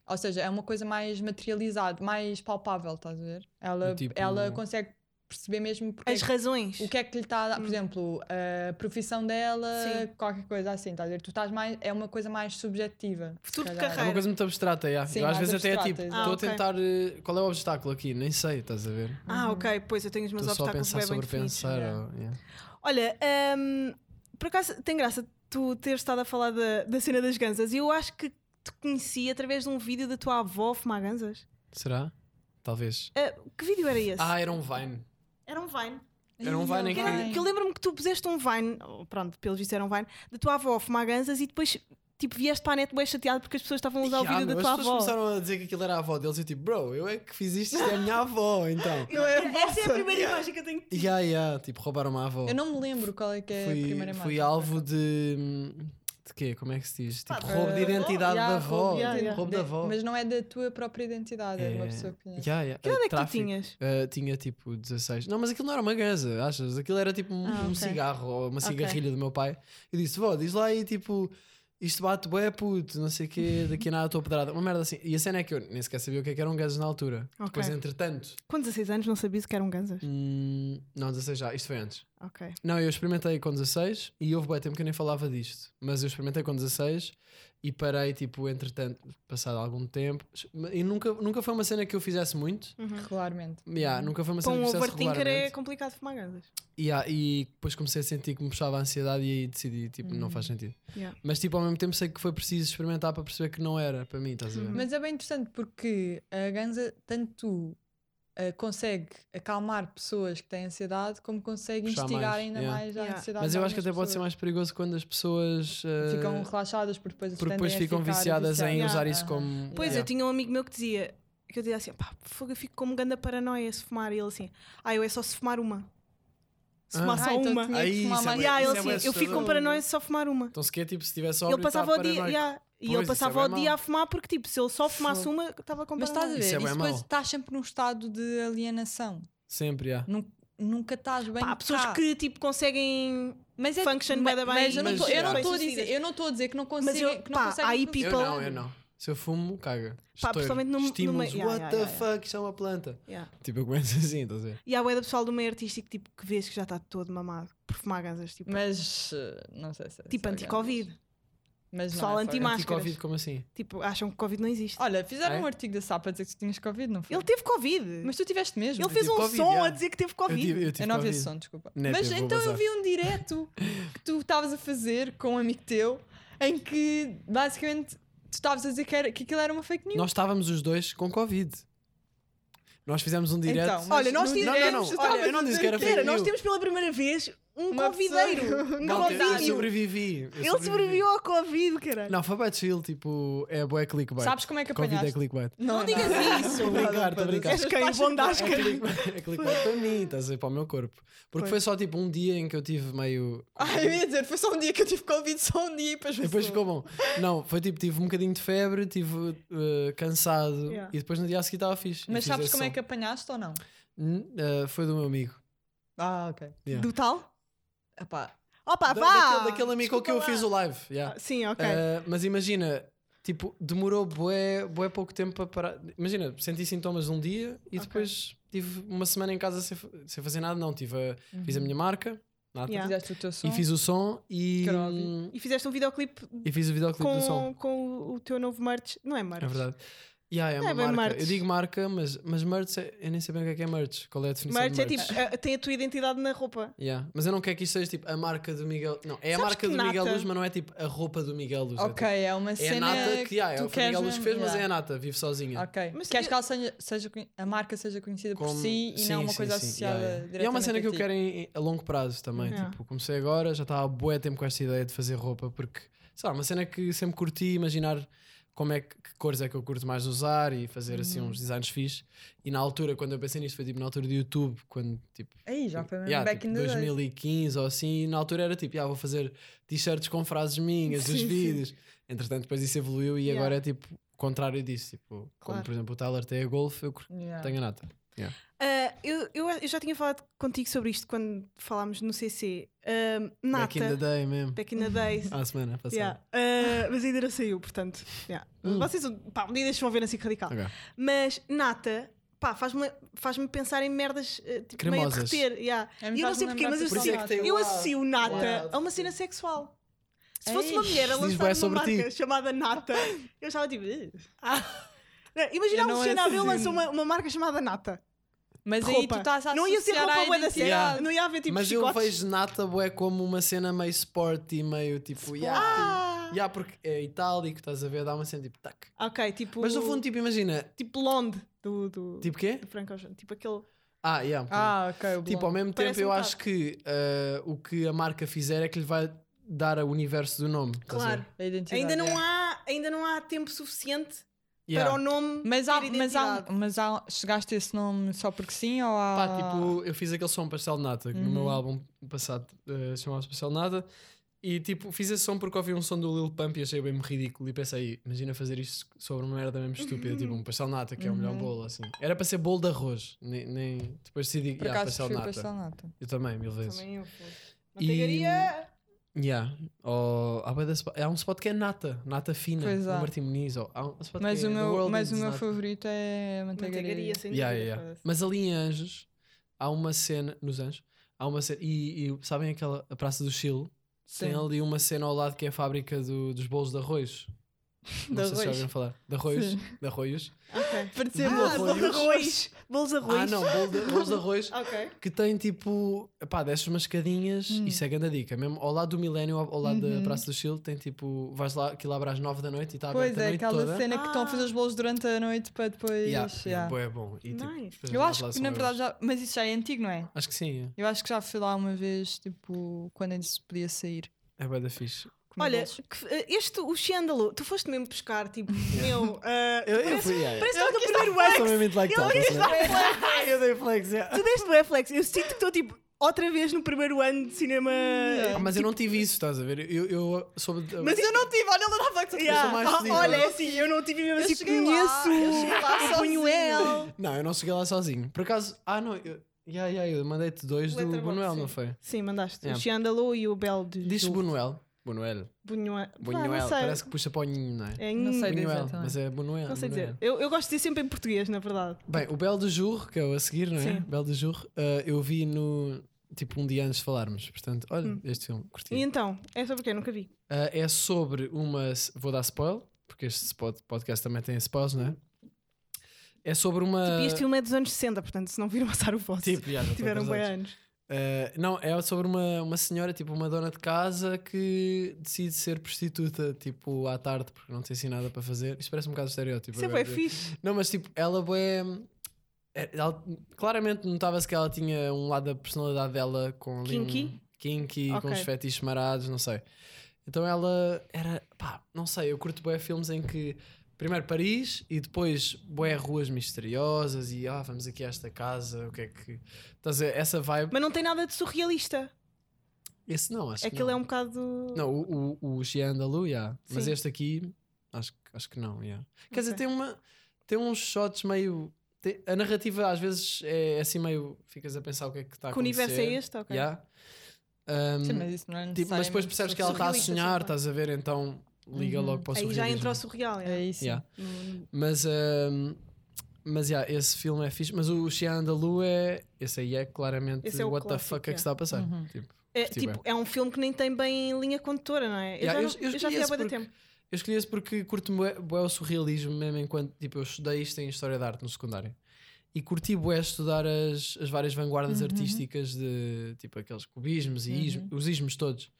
Speaker 4: Ou seja, é uma coisa mais materializada, mais palpável, estás a ver? Ela,
Speaker 3: Tipo-
Speaker 4: ela consegue perceber mesmo porque é
Speaker 2: As
Speaker 4: que-
Speaker 2: razões.
Speaker 4: o que é que lhe está a dar, por
Speaker 2: Hum.
Speaker 4: exemplo, a profissão dela,
Speaker 2: Sim.
Speaker 4: qualquer coisa assim, estás a ver? Tu estás mais. É uma coisa mais subjetiva. se
Speaker 2: Futuro de
Speaker 4: calhar.
Speaker 3: É uma
Speaker 2: carreira.
Speaker 3: coisa muito abstrata, yeah.
Speaker 4: Sim,
Speaker 3: eu às
Speaker 4: mais
Speaker 3: vezes até é
Speaker 4: abstrata,
Speaker 3: tipo, estou
Speaker 4: exato.
Speaker 2: Ah,
Speaker 3: a
Speaker 2: ok.
Speaker 3: tentar. eh, Qual é o obstáculo aqui? Nem sei, estás a ver?
Speaker 2: Ah, ok, pois eu tenho os meus
Speaker 3: Estou só a
Speaker 2: obstáculos
Speaker 3: pensar
Speaker 2: bem, bem
Speaker 3: sobre
Speaker 2: definidos.
Speaker 3: pensar.
Speaker 4: yeah.
Speaker 3: ou- yeah.
Speaker 2: Olha, hum, por acaso tem graça tu ter estado a falar da, da cena das ganzas. Eu acho que te conheci através de um vídeo da tua avó fumar ganzas.
Speaker 3: Será? Talvez.
Speaker 2: Ah, que vídeo era esse?
Speaker 4: Assim,
Speaker 3: Ah, era um Vine.
Speaker 2: Era um Vine.
Speaker 3: Eu não vai nem
Speaker 2: Que,
Speaker 3: Vine.
Speaker 2: que eu lembro-me que tu puseste um Vine, ou pronto, pelos vistos era um Vine, da tua avó a fumar ganzas e depois tipo, vieste para a net bem chateado porque as pessoas estavam a usar
Speaker 3: Yeah,
Speaker 2: o vídeo
Speaker 3: ah, meu,
Speaker 2: da
Speaker 3: as
Speaker 2: tua
Speaker 3: pessoas
Speaker 2: avó.
Speaker 3: começaram a dizer que aquilo era a avó deles e eu tipo, bro, eu é que fiz isto, isto é a minha avó,
Speaker 4: [laughs]
Speaker 3: então.
Speaker 4: Não é
Speaker 2: Essa é a
Speaker 4: vossa.
Speaker 2: primeira
Speaker 3: [laughs]
Speaker 2: imagem que eu tenho.
Speaker 3: Yeah, yeah, tipo, roubaram uma avó.
Speaker 4: Eu não me lembro qual é que é a
Speaker 3: fui,
Speaker 4: primeira imagem.
Speaker 3: fui alvo de. de quê? Como é que se diz? Tipo,
Speaker 2: Ah,
Speaker 3: roubo de
Speaker 4: Eh,
Speaker 3: identidade
Speaker 4: yeah,
Speaker 3: da avó. Tipo,
Speaker 4: roubo de
Speaker 2: yeah,
Speaker 4: identi-
Speaker 2: yeah.
Speaker 3: Roubo da avó.
Speaker 4: Mas não é da tua própria identidade, é de uma
Speaker 3: É,
Speaker 4: pessoa que conheces.
Speaker 3: Yeah, yeah.
Speaker 2: Que idade é que tu
Speaker 3: Tráfico.
Speaker 2: tinhas?
Speaker 3: Uh, tinha tipo 16. Não, mas aquilo não era uma ganza, achas? Aquilo era tipo um,
Speaker 2: Ah,
Speaker 3: um
Speaker 2: ok.
Speaker 3: cigarro ou uma
Speaker 2: Ok.
Speaker 3: cigarrilha do meu pai. E disse: Vó, diz lá e tipo, isto bate bué, puto, não sei o
Speaker 2: [laughs]
Speaker 3: quê, daqui a nada estou a pedrada. Uma merda assim. E a cena é que eu nem sequer sabia o que é que eram ganzas na altura.
Speaker 2: Ok.
Speaker 3: Depois, entretanto,
Speaker 2: Com 16 anos não sabias que eram ganzas?
Speaker 3: hum, não, 16 já, isto foi antes.
Speaker 2: Ok.
Speaker 3: Não, eu experimentei com 16 e houve bué tempo que eu nem falava disto. Mas eu experimentei com 16 e parei, tipo, entretanto, passado algum tempo. E nunca, nunca foi uma cena que é- eu fizesse muito.
Speaker 4: Regularmente.
Speaker 3: Yeah, nunca foi uma
Speaker 2: Para
Speaker 3: cena
Speaker 2: um
Speaker 3: que eu fizesse
Speaker 2: overthinker é
Speaker 3: regularmente.
Speaker 2: complicado fumar ganzas.
Speaker 3: E há- e depois comecei a sentir que me puxava a ansiedade e aí decidi, tipo, não faz sentido.
Speaker 2: Hum. Yeah.
Speaker 3: Mas, tipo, ao mesmo tempo sei que foi preciso experimentar para perceber que não era para mim, estás
Speaker 2: Hum.
Speaker 3: a ver?
Speaker 4: Mas é bem interessante porque a ganza tanto ah, consegue acalmar pessoas que têm ansiedade, como consegue
Speaker 3: Puxar
Speaker 4: instigar
Speaker 3: mais,
Speaker 4: ainda
Speaker 3: yeah.
Speaker 4: mais a
Speaker 2: Yeah.
Speaker 4: ansiedade.
Speaker 3: Mas
Speaker 4: de
Speaker 3: eu acho que até
Speaker 4: algumas
Speaker 3: pode ser
Speaker 4: pessoas.
Speaker 3: mais perigoso quando as pessoas. eh,
Speaker 4: Ficam relaxadas porque depois,
Speaker 3: porque
Speaker 4: tendem
Speaker 3: depois
Speaker 4: a
Speaker 3: ficam
Speaker 4: ficar
Speaker 3: viciadas em
Speaker 4: viciadas.
Speaker 3: usar
Speaker 4: Yeah,
Speaker 3: isso
Speaker 4: aham.
Speaker 3: como.
Speaker 2: Pois, eu
Speaker 3: Yeah.
Speaker 2: tinha um amigo meu que dizia, que eu dizia assim, pá, fogo, eu fico com uma ganda paranoia se fumar. E ele assim, ah, eu é só se fumar uma. Se
Speaker 3: Ah.
Speaker 2: fumar
Speaker 4: Ah,
Speaker 2: só
Speaker 4: então
Speaker 2: uma.
Speaker 4: tinha que
Speaker 3: Aí, isso
Speaker 4: fumar
Speaker 3: é
Speaker 4: mais-
Speaker 3: bué-
Speaker 2: Yeah,
Speaker 3: isso
Speaker 2: ele
Speaker 3: é bué
Speaker 2: assim, eu fico com
Speaker 3: assustador.
Speaker 2: paranoia se só fumar uma.
Speaker 3: Então, sequer, tipo, se tivesse
Speaker 2: E ele passava o dia, yeah,
Speaker 3: Pois,
Speaker 2: e ele
Speaker 3: isso é
Speaker 2: passava
Speaker 3: bué
Speaker 2: o dia
Speaker 3: mau.
Speaker 2: a fumar porque, tipo, se ele só fumasse
Speaker 4: Fogo.
Speaker 2: uma, estava com
Speaker 4: Mas estás a
Speaker 2: paranoia.
Speaker 4: ver?
Speaker 3: Isso é
Speaker 4: Isso
Speaker 3: bem
Speaker 4: depois
Speaker 3: mau.
Speaker 4: estás sempre num estado de alienação.
Speaker 3: Sempre, yeah.
Speaker 4: Nu- Nunca estás bem.
Speaker 2: Pá, há pessoas
Speaker 4: cá.
Speaker 2: que, tipo, conseguem...
Speaker 4: Mas é
Speaker 2: function
Speaker 4: ma-
Speaker 2: by the
Speaker 4: Mas eu não
Speaker 3: body,
Speaker 4: tô- eu não
Speaker 3: mas-
Speaker 4: estou a dizer, eu não estou a dizer que não consigo,
Speaker 2: eu-
Speaker 4: que não
Speaker 2: pá,
Speaker 4: conseguem
Speaker 2: há aí
Speaker 4: controlar.
Speaker 3: Eu
Speaker 2: People-
Speaker 3: não, eu não. Se eu fumo, caga.
Speaker 2: Tipo, Pá, principalmente num- numa-
Speaker 3: Estímulos,
Speaker 2: yeah,
Speaker 3: what
Speaker 2: yeah,
Speaker 3: the
Speaker 2: yeah,
Speaker 3: fuck, isto é uma planta.
Speaker 2: Yeah.
Speaker 3: Tipo, eu começo [laughs] assim, estás a ver?
Speaker 2: E há o pessoal do meio artístico, tipo, que vês que já está todo mamado por fumar ganzas, tipo,
Speaker 4: Mas eh, não sei se é
Speaker 2: tipo
Speaker 4: só
Speaker 2: anti-Covid.
Speaker 4: ganas. Mas
Speaker 2: Pessoal
Speaker 4: não é só
Speaker 2: anti-máscara.
Speaker 4: ganas.
Speaker 3: Anti-Covid, como assim?
Speaker 2: Tipo, acham que Covid não existe.
Speaker 4: Olha, fizeram
Speaker 3: É?
Speaker 4: um artigo da SAP a dizer que tu tinhas Covid, não foi?
Speaker 2: Ele teve Covid.
Speaker 4: Mas tu tiveste mesmo.
Speaker 2: ele fez
Speaker 3: tive
Speaker 2: um
Speaker 3: Covid,
Speaker 2: som
Speaker 3: yeah.
Speaker 2: a dizer que teve
Speaker 3: Eu
Speaker 2: Covid.
Speaker 3: tive, eu tive
Speaker 4: Eu não ouvi
Speaker 3: Covid.
Speaker 4: esse som, desculpa.
Speaker 3: Não é
Speaker 4: Mas
Speaker 3: teu, vou
Speaker 4: então eu
Speaker 3: bazar.
Speaker 4: vi um direto que tu estavas a fazer com um amigo teu em que basicamente tu estavas a dizer que, era, que aquilo era uma fake news.
Speaker 3: Nós estávamos os dois com Covid. Nós fizemos um direto.
Speaker 4: Então, mas
Speaker 2: Olha, nós
Speaker 4: no
Speaker 2: tivemos-
Speaker 4: direto
Speaker 3: Não, não,
Speaker 4: tu
Speaker 3: não.
Speaker 4: estavas
Speaker 3: Olha, eu não
Speaker 4: a
Speaker 3: disse
Speaker 4: dizer
Speaker 3: que era fake
Speaker 2: Pera, nós
Speaker 3: news.
Speaker 2: temos pela primeira vez um
Speaker 4: Uma
Speaker 2: convideiro. Um
Speaker 3: Malta, eu
Speaker 2: convidado.
Speaker 3: sobrevivi. Eu
Speaker 2: Ele
Speaker 3: sobrevivi.
Speaker 2: sobreviveu ao Covid, caralho.
Speaker 3: Não, foi bem chill, tipo, é bué clickbait.
Speaker 4: Sabes como é que
Speaker 3: Covid é
Speaker 4: apanhaste?
Speaker 3: clickbait.
Speaker 2: Não digas
Speaker 4: [laughs]
Speaker 2: isso.
Speaker 3: Estou a brincar, estou a brincar.
Speaker 2: És quem?
Speaker 4: Essas
Speaker 2: Bom das
Speaker 4: páginas-
Speaker 3: É clickbait, é clickbait para mim, estás a ver, para o meu corpo. Porque
Speaker 2: Foi.
Speaker 3: foi só tipo um dia em que eu tive meio.
Speaker 4: Ai, eu ia dizer, foi só um dia que eu tive Covid, só um dia e depois
Speaker 3: E
Speaker 4: foi
Speaker 3: Depois
Speaker 4: só-
Speaker 3: ficou bom. Não, foi tipo, tive um bocadinho de febre, tive eh, cansado
Speaker 2: Yeah.
Speaker 3: e depois no dia a seguir estava fixe. E
Speaker 4: Mas
Speaker 3: fiz
Speaker 4: sabes
Speaker 3: esse
Speaker 4: como é
Speaker 3: som.
Speaker 4: que apanhaste ou não?
Speaker 3: Hum, eh, foi do meu amigo.
Speaker 4: Ah, ok.
Speaker 3: Yeah.
Speaker 2: Do tal?
Speaker 4: Epá,
Speaker 2: Opa,
Speaker 3: É. Da-
Speaker 2: Ah, vá!
Speaker 3: daquele, daquele amigo com que eu
Speaker 2: Desculpa
Speaker 3: fiz
Speaker 2: lá.
Speaker 3: o live. yeah.
Speaker 2: Ah, Sim, ok.
Speaker 3: Ah, mas imagina, tipo, demorou bué, bué pouco tempo para parar. Imagina, senti sintomas um dia e
Speaker 2: Ok.
Speaker 3: depois tive uma semana em casa sem, fa- sem fazer nada, não. Tive a- Fiz a minha marca nada,
Speaker 2: Uhum. Yeah.
Speaker 4: fizeste o teu som.
Speaker 3: e fiz o som e,
Speaker 4: Que era óbvio.
Speaker 2: E fizeste um videoclipe
Speaker 3: e fiz o videoclipe do som.
Speaker 2: com, com o teu novo merch. Não é merch.
Speaker 3: É verdade. Yeah, é
Speaker 2: Não é
Speaker 3: uma
Speaker 2: bem
Speaker 3: marca.
Speaker 2: merch.
Speaker 3: Eu digo marca, mas, mas merch, é, eu nem sei bem o que é que é merch. Qual é a definição
Speaker 2: Merch
Speaker 3: de
Speaker 2: é
Speaker 3: merch?
Speaker 2: tipo, eh, tem a tua identidade na roupa.
Speaker 3: Yeah. Mas eu não quero que isto seja tipo a marca do Miguel. Não, é a
Speaker 2: Sabes
Speaker 3: marca
Speaker 2: que
Speaker 3: do Miguel
Speaker 2: nata-
Speaker 3: Luz, mas não é tipo a roupa do Miguel Luz.
Speaker 4: Ok,
Speaker 3: É,
Speaker 4: é uma
Speaker 3: tipo, é
Speaker 4: cena.
Speaker 3: a nata que yeah, é
Speaker 4: tu
Speaker 3: o foi o Miguel Luz
Speaker 4: queres
Speaker 3: que
Speaker 4: mesmo,
Speaker 3: fez, mas é
Speaker 4: yeah.
Speaker 3: a nata, vive sozinha.
Speaker 4: Ok.
Speaker 2: Mas
Speaker 4: Queres
Speaker 2: eu-
Speaker 4: que ela seja, seja conhe- a marca seja conhecida por
Speaker 3: Como-
Speaker 4: si e
Speaker 3: sim,
Speaker 4: não é uma
Speaker 3: sim,
Speaker 4: coisa
Speaker 3: sim,
Speaker 4: associada
Speaker 3: yeah, yeah. E é uma cena que eu quero em- em- a longo prazo também.
Speaker 2: Yeah.
Speaker 3: Tipo, comecei agora, já estava há bué tempo com esta ideia de fazer roupa, porque, sei lá, uma cena que sempre curti imaginar como é que, que cores é que eu curto mais usar e fazer assim
Speaker 2: Uhum.
Speaker 3: uns designs fixe. E na altura, quando eu pensei nisto, foi tipo na altura do YouTube, quando tipo.
Speaker 4: Aí, já foi mesmo
Speaker 3: yeah,
Speaker 4: back
Speaker 3: tipo,
Speaker 4: in the day.
Speaker 3: 2015 ou assim, e na altura era tipo, yeah, vou fazer t-shirts com frases minhas,
Speaker 2: Sim,
Speaker 3: os
Speaker 2: sim.
Speaker 3: vídeos. Entretanto, depois isso evoluiu e
Speaker 4: Yeah.
Speaker 3: agora é tipo o contrário disso. Tipo,
Speaker 2: Claro.
Speaker 3: como por exemplo o Tyler tem a Golf, eu curto-
Speaker 4: Yeah.
Speaker 3: tenho a Nata.
Speaker 2: Ah, eu, eu, eu já tinha falado contigo sobre isto quando falámos no CC. Ah, nata.
Speaker 3: Back in the day mesmo.
Speaker 2: Back in the days.
Speaker 3: À semana passada.
Speaker 2: Yeah. Ah, mas ainda não saiu, portanto. yeah.
Speaker 3: Hum.
Speaker 2: Vocês, pá, um dia deixam ver assim radical.
Speaker 3: Ok.
Speaker 2: Mas nata, pá, fazme- faz-me pensar em merdas eh, tipo, meio a
Speaker 3: Cremosas.
Speaker 2: derreter. Yeah.
Speaker 4: É,
Speaker 2: E eu não
Speaker 4: faz-me
Speaker 2: sei porquê,
Speaker 4: lembrar um
Speaker 2: mas eu,
Speaker 4: de
Speaker 3: Por isso é
Speaker 2: sempre-
Speaker 3: que tem
Speaker 2: eu
Speaker 3: lá-
Speaker 2: associo nata
Speaker 3: lá-
Speaker 2: a uma cena sexual. Se fosse uma
Speaker 4: Ei,
Speaker 2: mulher a
Speaker 3: diz bué
Speaker 2: lançar uma
Speaker 3: sobre ti.
Speaker 2: marca chamada Nata, eu estava tipo. "Ih." Não, [laughs]
Speaker 4: Eu
Speaker 2: Imagina a
Speaker 4: não
Speaker 2: Luciana Abreu
Speaker 4: associo.
Speaker 2: lançou uma, uma marca chamada Nata.
Speaker 4: Mas aí tu
Speaker 2: Roupa.
Speaker 4: estás a
Speaker 2: não ia ser
Speaker 4: associar
Speaker 2: roupa
Speaker 4: à
Speaker 2: bué da
Speaker 4: identidade.
Speaker 2: cena. Não ia haver tipo
Speaker 3: Mas eu
Speaker 2: chicotes.
Speaker 3: vejo Nata bué como uma cena meio sport e meio tipo. Yeah,
Speaker 2: Ah!
Speaker 3: yeah, porque é itálico, estás a ver, dá uma cena tipo tac.
Speaker 2: Ok, tipo.
Speaker 3: Mas no fundo, tipo, imagina.
Speaker 2: tipo blonde do, do,
Speaker 3: Tipo quê?
Speaker 2: do Frank Ocean. Tipo aquele.
Speaker 3: Ah, yeah.
Speaker 4: Ah, ok. o
Speaker 3: tipo, ao
Speaker 4: blonde.
Speaker 3: mesmo
Speaker 2: Parece
Speaker 3: tempo, eu
Speaker 2: um
Speaker 3: acho que ah, o que a marca fizer é que lhe vai dar o universo do nome. estás a ver?
Speaker 2: Claro.
Speaker 4: A é. identidade,
Speaker 2: Ainda não,
Speaker 4: yeah.
Speaker 2: há, ainda não há tempo suficiente
Speaker 3: Yeah.
Speaker 2: para o nome.
Speaker 4: Mas, há,
Speaker 2: ter
Speaker 4: mas, há,
Speaker 2: identidade.
Speaker 4: mas há, chegaste a esse nome só porque sim ou há...
Speaker 3: Pá, tipo, eu fiz aquele som Pastel de Nata, que no meu
Speaker 4: Ah. Uhum.
Speaker 3: álbum passado eh, chamava-se Pastel de Nata, e tipo, fiz esse som porque ouvi um som do Lil Pump e achei bem ridículo. E pensei, imagina fazer isto sobre uma merda mesmo estúpida, tipo um pastel de nata, que é o melhor
Speaker 4: Uhum.
Speaker 3: bolo, assim. Era para ser bolo de arroz, nem. nem- Depois decidi,
Speaker 4: Por
Speaker 3: yeah,
Speaker 4: acaso
Speaker 3: pastel de
Speaker 4: prefiro
Speaker 3: nata.
Speaker 4: pastel nata.
Speaker 3: Eu também, mil vezes.
Speaker 2: Também eu fui.
Speaker 3: E-
Speaker 2: Manteigaria!
Speaker 3: Yeah. Ou, há, bué de spot- há um spot que é nata, nata fina,
Speaker 4: Pois
Speaker 3: do
Speaker 4: há.
Speaker 3: Martim Muniz. Ou, há um spot
Speaker 4: Mas
Speaker 3: que
Speaker 4: o
Speaker 3: é The
Speaker 4: meu,
Speaker 3: World
Speaker 4: mas o
Speaker 3: Needs
Speaker 4: meu
Speaker 3: Nata.
Speaker 4: favorito é a manteigaria.
Speaker 2: Manteigaria, sem
Speaker 3: Yeah,
Speaker 2: dúvida,
Speaker 3: yeah, yeah.
Speaker 2: foda-se.
Speaker 3: Mas ali em Anjos há uma cena, nos Anjos, há uma cena, e, e sabem aquela a Praça do Chile? Tem
Speaker 4: Sim.
Speaker 3: ali uma cena ao lado que é a fábrica do- dos bolos de
Speaker 4: [laughs]
Speaker 3: arroz. Não sei se
Speaker 4: De
Speaker 3: já
Speaker 4: arroz.
Speaker 3: ouviram falar. De arroz.
Speaker 4: Sim.
Speaker 3: De arroios.
Speaker 2: Ok.
Speaker 4: Parecia
Speaker 3: Ah,
Speaker 4: um
Speaker 2: bolos de
Speaker 3: arroz.
Speaker 2: arroz. Bolos de
Speaker 3: Ah,
Speaker 2: arroz.
Speaker 3: não, bolo de- bolos de arroz
Speaker 2: Ok.
Speaker 3: que tem tipo. Pá, desce umas escadinhas.
Speaker 4: Hum.
Speaker 3: Isso é grande dica. Mesmo ao lado do Milênio, ao ao lado
Speaker 4: Uhum.
Speaker 3: da Praça do Chile, tem tipo. Vais lá, aquilo abre às 9 da noite e está aberto
Speaker 4: Pois
Speaker 3: a
Speaker 4: é,
Speaker 3: noite
Speaker 4: aquela
Speaker 3: toda.
Speaker 4: cena que estão a fazer os bolos durante a noite para depois.
Speaker 3: Yeah,
Speaker 4: yeah.
Speaker 3: É, bué bom. E, tipo,
Speaker 2: Nice.
Speaker 3: as pessoas
Speaker 4: Eu
Speaker 3: lá
Speaker 4: acho que
Speaker 3: são
Speaker 4: na
Speaker 3: euros.
Speaker 4: verdade já. Mas isso já é antigo, não é?
Speaker 3: Acho que sim.
Speaker 4: Eu acho que já fui lá uma vez, tipo, quando ainda se podia sair.
Speaker 3: É, é bué da fixe.
Speaker 4: comer
Speaker 2: Olha,
Speaker 4: bolos.
Speaker 2: que- eh, este, o Xandalo, tu foste mesmo pescar, tipo, meu. ah, tu pareces-
Speaker 3: yeah,
Speaker 2: Parece que é o primeiro
Speaker 3: Eu sou
Speaker 2: ex.
Speaker 3: mesmo intelectual.
Speaker 2: Ele
Speaker 3: tá a ver? Eu dei flex, é. yeah.
Speaker 2: Tu deste o flex. Eu sinto que estou, tipo, outra vez no primeiro ano de cinema.
Speaker 3: Ah, Mas eu não tive isso, estás a ver? Eu, eu soube.
Speaker 4: Mas eu não tive, olha, ela dava que
Speaker 2: Yeah.
Speaker 3: sou mais
Speaker 2: Ah,
Speaker 3: fodido.
Speaker 2: olha, é assim, eu não tive mesmo
Speaker 4: Eu
Speaker 2: assim.
Speaker 4: cheguei lá,
Speaker 2: Conheço.
Speaker 4: eu cheguei lá
Speaker 2: o Punhuel.
Speaker 3: Não, eu não cheguei lá sozinho. Por acaso, ah, não, eu, yeah, yeah, eu mandei-te dois do
Speaker 4: Letterboxd,
Speaker 3: Bunuel,
Speaker 4: sim.
Speaker 3: não foi?
Speaker 2: Sim, mandaste.
Speaker 3: É.
Speaker 2: O Xandalo e o Bel de
Speaker 3: Diz Bunuel. Bunuel.
Speaker 2: Bunhuel.
Speaker 3: Bunuel. Parece que puxa para o ninho, não é?
Speaker 2: É,
Speaker 4: Não
Speaker 2: hum,
Speaker 4: sei. dizer
Speaker 3: Bunuel,
Speaker 4: também.
Speaker 3: mas é Bunuel.
Speaker 2: Não sei
Speaker 3: Bunuel.
Speaker 2: dizer. Eu, eu gosto de dizer sempre em português, na verdade.
Speaker 3: Bem, o Belo do Jurro, que é o a seguir, não é?
Speaker 2: Sim.
Speaker 3: Belo do Jurro, ah, eu vi no. Tipo, um dia antes de falarmos. Portanto, olha,
Speaker 2: Hum.
Speaker 3: este filme, curti.
Speaker 2: E então, é sobre o quê? Nunca vi.
Speaker 3: Ah, é sobre uma. Vou dar spoiler, porque este spot- podcast também tem spoilers, não é? É sobre uma.
Speaker 2: Tipo, este filme é dos anos 60, portanto, se não viram [laughs] passar o vosso,
Speaker 3: [laughs] Tipo, já, já estou
Speaker 2: tiveram
Speaker 3: atrasado.
Speaker 2: bem anos.
Speaker 3: Uh, não, é sobre uma, uma senhora, tipo uma dona de casa que decide ser prostituta, tipo à tarde, porque não tem assim nada para fazer. Isto parece um bocado estereótipo.
Speaker 2: Isso é
Speaker 3: agora
Speaker 2: bué
Speaker 3: dizer.
Speaker 2: fixe.
Speaker 3: Não, mas tipo, ela é. Ela, claramente notava-se que ela tinha um lado da personalidade dela com ali um-
Speaker 2: Kinky?
Speaker 3: kinky, com
Speaker 2: Ok.
Speaker 3: os fetiches marados, não sei. Então ela era, pá, não sei, eu curto bué filmes em que primeiro Paris e depois bué ruas misteriosas e ah, vamos aqui a esta casa, o que é que. Estás a ver? Essa vibe.
Speaker 2: Mas não tem nada de surrealista.
Speaker 3: Esse não, acho que
Speaker 2: Aquilo
Speaker 3: não.
Speaker 2: é um bocado.
Speaker 3: Não, o, o, o Xia Andalu, yeah. mas
Speaker 2: Sim.
Speaker 3: este aqui, acho, que- acho que não. Yeah. Quer dizer,
Speaker 2: Ok.
Speaker 3: tem, uma, tem uns shots meio. tem- a narrativa às vezes é assim meio. Ficas a pensar o que é que está a
Speaker 2: Que
Speaker 3: acontecer.
Speaker 2: universo é este? Ok.
Speaker 3: Yeah. Um,
Speaker 4: Sim, mas isso não é
Speaker 3: tipo, mas depois
Speaker 4: necessariamente
Speaker 3: percebes que ela está a
Speaker 2: surrealista, sim,
Speaker 3: sonhar,
Speaker 2: claro.
Speaker 3: estás a ver, então liga
Speaker 4: Uhum.
Speaker 3: logo para o
Speaker 2: Aí já
Speaker 3: surrealismo.
Speaker 2: entra o surreal.
Speaker 4: É
Speaker 2: É.
Speaker 4: isso. Hum,
Speaker 3: Yeah.
Speaker 2: No-
Speaker 3: Mas, um, mas yeah, esse filme é fixe. Mas o Xia Andalu é. Esse aí é claramente
Speaker 2: Esse é o
Speaker 3: what
Speaker 2: clássico,
Speaker 3: the fuck é
Speaker 2: yeah.
Speaker 3: que se está a passar.
Speaker 4: Uhum.
Speaker 3: Tipo,
Speaker 2: É,
Speaker 3: curti
Speaker 2: tipo, é um filme que nem tem bem linha condutora, não é? Eu
Speaker 3: Yeah,
Speaker 2: já,
Speaker 3: eu-
Speaker 2: não-
Speaker 3: eu
Speaker 2: eu já vi há
Speaker 3: escolhi
Speaker 2: muito
Speaker 3: esse
Speaker 2: tempo.
Speaker 3: Eu escolhi esse porque curto bué, bué o surrealismo, mesmo enquanto tipo, eu estudei isto em História da Arte no secundário. E curti bué estudar as, as várias
Speaker 2: Uhum.
Speaker 3: vanguardas artísticas de tipo aqueles cubismos e ismo- os ismos todos.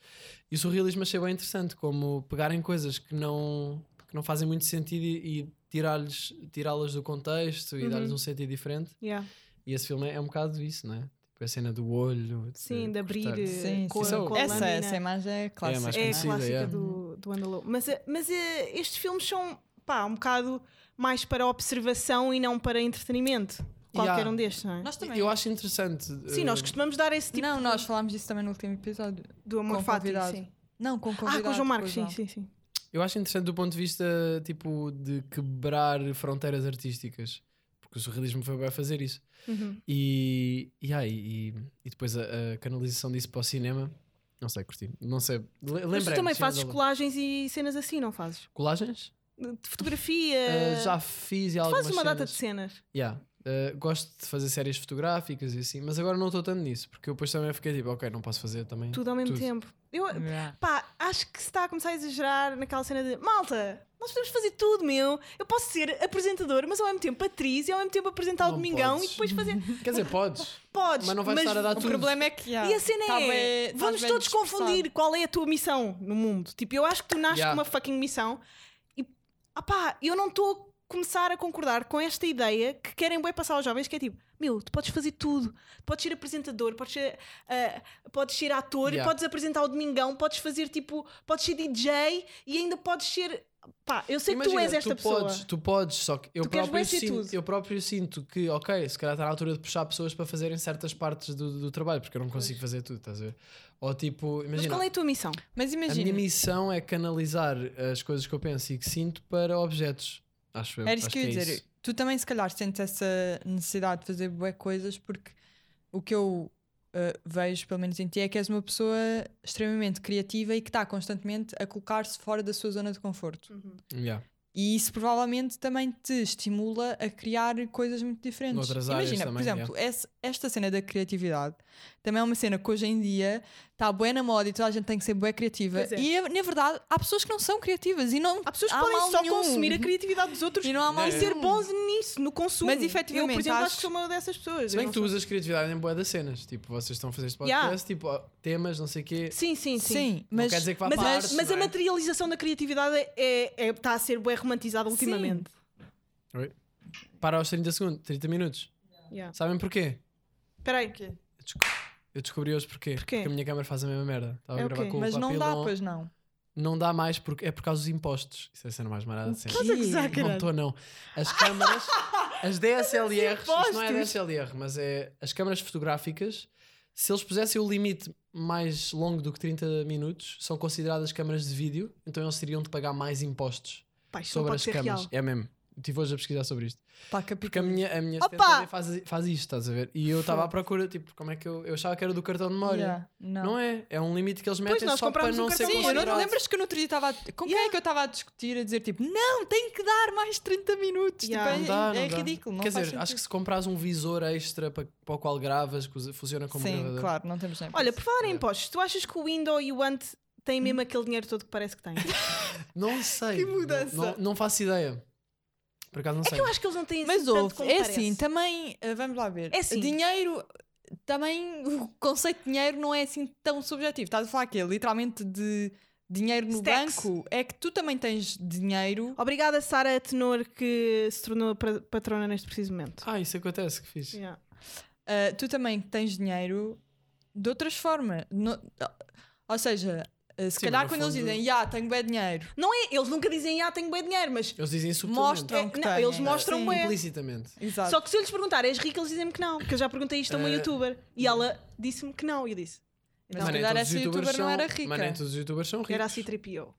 Speaker 3: E o surrealismo achei bem interessante, como pegarem coisas que não, que não fazem muito sentido e, e tirar-lhes- tirá-las do contexto e
Speaker 2: Uhum.
Speaker 3: dar-lhes um sentido diferente.
Speaker 2: Yeah.
Speaker 3: E esse filme é, é um bocado isso, não é? Tipo, a cena do olho. de
Speaker 2: Sim, de abrir
Speaker 3: cortar.
Speaker 2: eh,
Speaker 4: Sim, é
Speaker 2: com,
Speaker 3: sim.
Speaker 2: com a
Speaker 4: essa,
Speaker 2: lâmina.
Speaker 4: essa imagem é clássica.
Speaker 3: mais
Speaker 2: é a
Speaker 3: conhecida,
Speaker 2: clássica
Speaker 3: yeah.
Speaker 2: do, do Andalou. Mas, eh, mas eh, estes filmes são pá, um bocado mais para observação e não para entretenimento. Qualquer
Speaker 3: Yeah.
Speaker 2: um destes, não é?
Speaker 4: Nós também.
Speaker 3: Eu acho interessante.
Speaker 2: Sim, nós
Speaker 3: eh,
Speaker 2: costumamos dar esse tipo
Speaker 4: Não, nós falámos disso também no último episódio.
Speaker 2: do
Speaker 4: Com
Speaker 2: amor
Speaker 4: o
Speaker 2: fático.
Speaker 4: convidado.
Speaker 2: Sim.
Speaker 4: Não, com o
Speaker 2: Ah,
Speaker 4: convidado.
Speaker 2: com o João Marcos,
Speaker 4: com o
Speaker 2: sim, sim, sim.
Speaker 3: Eu acho interessante do ponto de vista tipo de quebrar fronteiras artísticas, porque o surrealismo foi bem fazer isso.
Speaker 2: Uhum.
Speaker 3: E, e, ah, e, e depois a, a canalização disso para o cinema, não sei, curti. Não sei, le-
Speaker 2: Mas tu
Speaker 3: lembrei-me,
Speaker 2: também
Speaker 3: cenas
Speaker 2: fazes
Speaker 3: da-
Speaker 2: colagens e cenas assim, não fazes?
Speaker 3: colagens?
Speaker 2: De fotografia.
Speaker 3: Ah, já fiz e algumas
Speaker 2: fazes uma data
Speaker 3: cenas.
Speaker 2: de cenas.
Speaker 3: Yeah. Ah, gosto de fazer séries fotográficas e assim, mas agora não estou tanto nisso, porque eu depois também fiquei tipo, ok, não posso fazer também.
Speaker 2: Tudo ao mesmo
Speaker 3: Tudo.
Speaker 2: tempo. Eu,
Speaker 4: Yeah.
Speaker 2: pá, acho que se está a começar a exagerar naquela cena de malta, nós podemos fazer tudo, meu. Eu posso ser apresentadora, mas ao mesmo tempo atriz e ao mesmo tempo apresentar o
Speaker 3: Não
Speaker 2: Domingão
Speaker 3: podes.
Speaker 2: e depois fazer.
Speaker 3: [laughs] Quer dizer, podes,
Speaker 2: [laughs] Podes,
Speaker 3: mas não vais estar a dar
Speaker 4: O
Speaker 3: tudo.
Speaker 4: problema é que. yeah,
Speaker 2: E a cena
Speaker 4: tá
Speaker 2: é,
Speaker 4: bué- tá
Speaker 2: vamos
Speaker 4: bué
Speaker 2: todos
Speaker 4: dispersado.
Speaker 2: confundir qual é a tua missão no mundo. Tipo, eu acho que tu nasces
Speaker 3: Yeah.
Speaker 2: com uma fucking missão e, ah pá, eu não estou a começar a concordar com esta ideia que querem bem passar aos jovens, que é tipo, meu, tu podes fazer tudo. Tu podes ser apresentador, podes ser, ah, podes ser ator,
Speaker 3: Yeah.
Speaker 2: podes apresentar o Domingão, podes fazer tipo, podes ser DJ e ainda podes ser... Pá, eu sei que tu
Speaker 3: Imagina,
Speaker 2: és esta pessoa.
Speaker 3: Podes, tu podes, só que eu
Speaker 2: Tu queres bué
Speaker 3: próprio,
Speaker 2: ser
Speaker 3: sinto,
Speaker 2: tudo.
Speaker 3: eu próprio sinto que, ok, se calhar está na altura de puxar pessoas para fazerem certas partes do, do trabalho, porque eu não consigo fazer tudo, estás a ver? Ou tipo,
Speaker 2: Mas
Speaker 3: imagina,
Speaker 2: qual é a tua missão?
Speaker 4: Mas
Speaker 3: a minha
Speaker 4: imagina.
Speaker 3: missão é canalizar as coisas que eu penso e que sinto para objetos. Acho eu.
Speaker 4: Era isso
Speaker 3: acho
Speaker 4: que eu ia
Speaker 3: é
Speaker 4: dizer.
Speaker 3: isso.
Speaker 4: Tu também, se calhar, sentes essa necessidade de fazer bué coisas, porque o que eu uh, vejo, pelo menos em ti, é que és uma pessoa extremamente criativa e que está constantemente a colocar-se fora da sua zona de conforto.
Speaker 3: Yeah.
Speaker 4: E isso provavelmente também te estimula a criar coisas muito diferentes.
Speaker 3: Noutras
Speaker 4: Imagina,
Speaker 3: áreas
Speaker 4: por
Speaker 3: também,
Speaker 4: exemplo, esse- esta cena da criatividade também é uma cena que hoje em dia está bué na moda e toda a gente tem que ser bué criativa.
Speaker 2: Pois é.
Speaker 4: E na verdade há pessoas que não são criativas e não
Speaker 2: Há pessoas que
Speaker 4: há
Speaker 2: podem
Speaker 4: mal
Speaker 2: só
Speaker 4: nenhum.
Speaker 2: consumir a criatividade dos outros
Speaker 4: E não há mal
Speaker 2: e ser
Speaker 4: nenhum.
Speaker 2: bons nisso, no consumo.
Speaker 4: Mas, efetivamente,
Speaker 2: eu, por exemplo, acho,
Speaker 4: acho-
Speaker 2: que sou uma dessas pessoas.
Speaker 3: Se
Speaker 2: Eu
Speaker 3: bem
Speaker 2: não
Speaker 3: que tu
Speaker 2: sou-
Speaker 3: usas criatividade em boa das cenas, tipo, vocês estão a fazer este podcast,
Speaker 2: Yeah.
Speaker 3: tipo, ó, temas, não sei o quê.
Speaker 2: Sim, sim, sim.
Speaker 4: Sim, mas
Speaker 3: não quer dizer que vá
Speaker 2: Mas,
Speaker 3: para a
Speaker 2: a-
Speaker 3: arte,
Speaker 2: mas
Speaker 3: não
Speaker 2: a
Speaker 3: é?
Speaker 2: materialização da criatividade está é, é- tá a ser bem romantizada
Speaker 4: Sim.
Speaker 2: ultimamente.
Speaker 3: Para aos 30 segundos, 30 minutos.
Speaker 2: Yeah.
Speaker 3: Sabem porquê?
Speaker 2: Espera aí.
Speaker 3: Eu desco- Eu descobri hoje porquê.
Speaker 2: Porquê?
Speaker 3: Porque a minha câmera faz a mesma merda. Estava
Speaker 2: É
Speaker 3: a
Speaker 2: o
Speaker 3: gravar
Speaker 2: quê?
Speaker 3: com o
Speaker 4: mas não dá,
Speaker 3: papelão.
Speaker 4: pois não.
Speaker 3: Não dá mais porque é por causa dos impostos. Isso é sendo mais marada de sempre.
Speaker 2: Estás a gozar,
Speaker 3: Não
Speaker 2: caralho.
Speaker 3: estou, não. As câmaras, as DSLRs, isto não é
Speaker 2: impostos.
Speaker 3: DSLR, mas é as câmaras fotográficas. Se eles pusessem o limite mais longo do que 30 minutos, são consideradas câmaras de vídeo, então eles teriam de pagar mais impostos
Speaker 2: Pá, isto não
Speaker 3: sobre
Speaker 2: pode
Speaker 3: as
Speaker 2: ser
Speaker 3: câmaras.
Speaker 2: real.
Speaker 3: É mesmo. Estive hoje a pesquisar sobre isto.
Speaker 4: Pá, que
Speaker 3: Porque a minha, a minha
Speaker 2: Opa!
Speaker 3: assistente faz, faz isto, estás a ver? E eu estava à procura, tipo, como é que eu. Eu achava que era do cartão de memória.
Speaker 4: Yeah, não.
Speaker 3: Não. é? É um limite que eles metem
Speaker 2: Pois, nós
Speaker 3: só para
Speaker 2: comprámos um
Speaker 3: não ser
Speaker 2: cartão
Speaker 4: Sim, eu não
Speaker 3: considerado.
Speaker 4: te lembras que no outro dia estava a... Com quem é que eu estava a discutir, a dizer tipo, não, tem que dar mais 30 minutos.
Speaker 2: Yeah.
Speaker 4: Tipo,
Speaker 3: Não dá,
Speaker 4: é,
Speaker 3: não
Speaker 4: é
Speaker 3: dá.
Speaker 4: ridículo. Não
Speaker 3: Quer
Speaker 4: faz
Speaker 3: dizer, acho
Speaker 4: sentido.
Speaker 3: que se compras um visor extra para, para o qual gravas, que usa- funciona como
Speaker 4: Sim,
Speaker 3: gravador.
Speaker 4: claro, não temos nem.
Speaker 2: Olha, por falar em impostos, tu achas que o Windows e o Ant têm mesmo aquele dinheiro todo que parece que
Speaker 4: [laughs]
Speaker 2: têm?
Speaker 3: Não sei.
Speaker 4: Que mudança. É
Speaker 3: Não, não- não faço ideia. Por acaso não sei.
Speaker 2: Eu acho que eles não têm
Speaker 4: Mas
Speaker 2: Assim tanto
Speaker 4: houve,
Speaker 2: como
Speaker 4: é
Speaker 2: parece.
Speaker 4: assim, também, eh, vamos lá ver.
Speaker 2: É assim.
Speaker 4: Dinheiro, também [laughs] o conceito de dinheiro não é assim tão subjetivo. Estás a falar que é literalmente de dinheiro no
Speaker 2: Stacks.
Speaker 4: banco, é que tu também tens dinheiro.
Speaker 2: Obrigada, Sara Tenor, que se tornou pra- patrona neste preciso momento.
Speaker 3: Ah, isso acontece, que fiz.
Speaker 2: Yeah.
Speaker 4: Uh, tu também tens dinheiro de outras formas. No- oh, ou seja, uh, se
Speaker 3: Sim,
Speaker 4: calhar
Speaker 3: no
Speaker 4: quando eles
Speaker 3: fundo-
Speaker 4: dizem, já, tenho bem dinheiro,
Speaker 2: Não é? Eles nunca dizem, ah, tenho bem dinheiro, mas.
Speaker 3: Eles dizem subtilmente.
Speaker 4: mostram
Speaker 2: É,
Speaker 4: que
Speaker 2: não,
Speaker 4: têm.
Speaker 2: eles mostram
Speaker 4: Sim.
Speaker 2: bué.
Speaker 3: Implicitamente.
Speaker 4: Exato.
Speaker 2: Só que se eu lhes perguntar, és rica, eles dizem-me que não. Porque eu já perguntei isto a uma
Speaker 3: Eh,
Speaker 2: youtuber e ela disse-me que não. E eu disse,
Speaker 4: Mas
Speaker 2: Não.
Speaker 4: se
Speaker 3: Mas nem
Speaker 4: calhar
Speaker 3: todos os
Speaker 4: essa youtuber
Speaker 3: youtubers
Speaker 4: não
Speaker 3: são-
Speaker 4: era rica.
Speaker 3: Mas nem todos os youtubers são ricos.
Speaker 2: era assim tripio.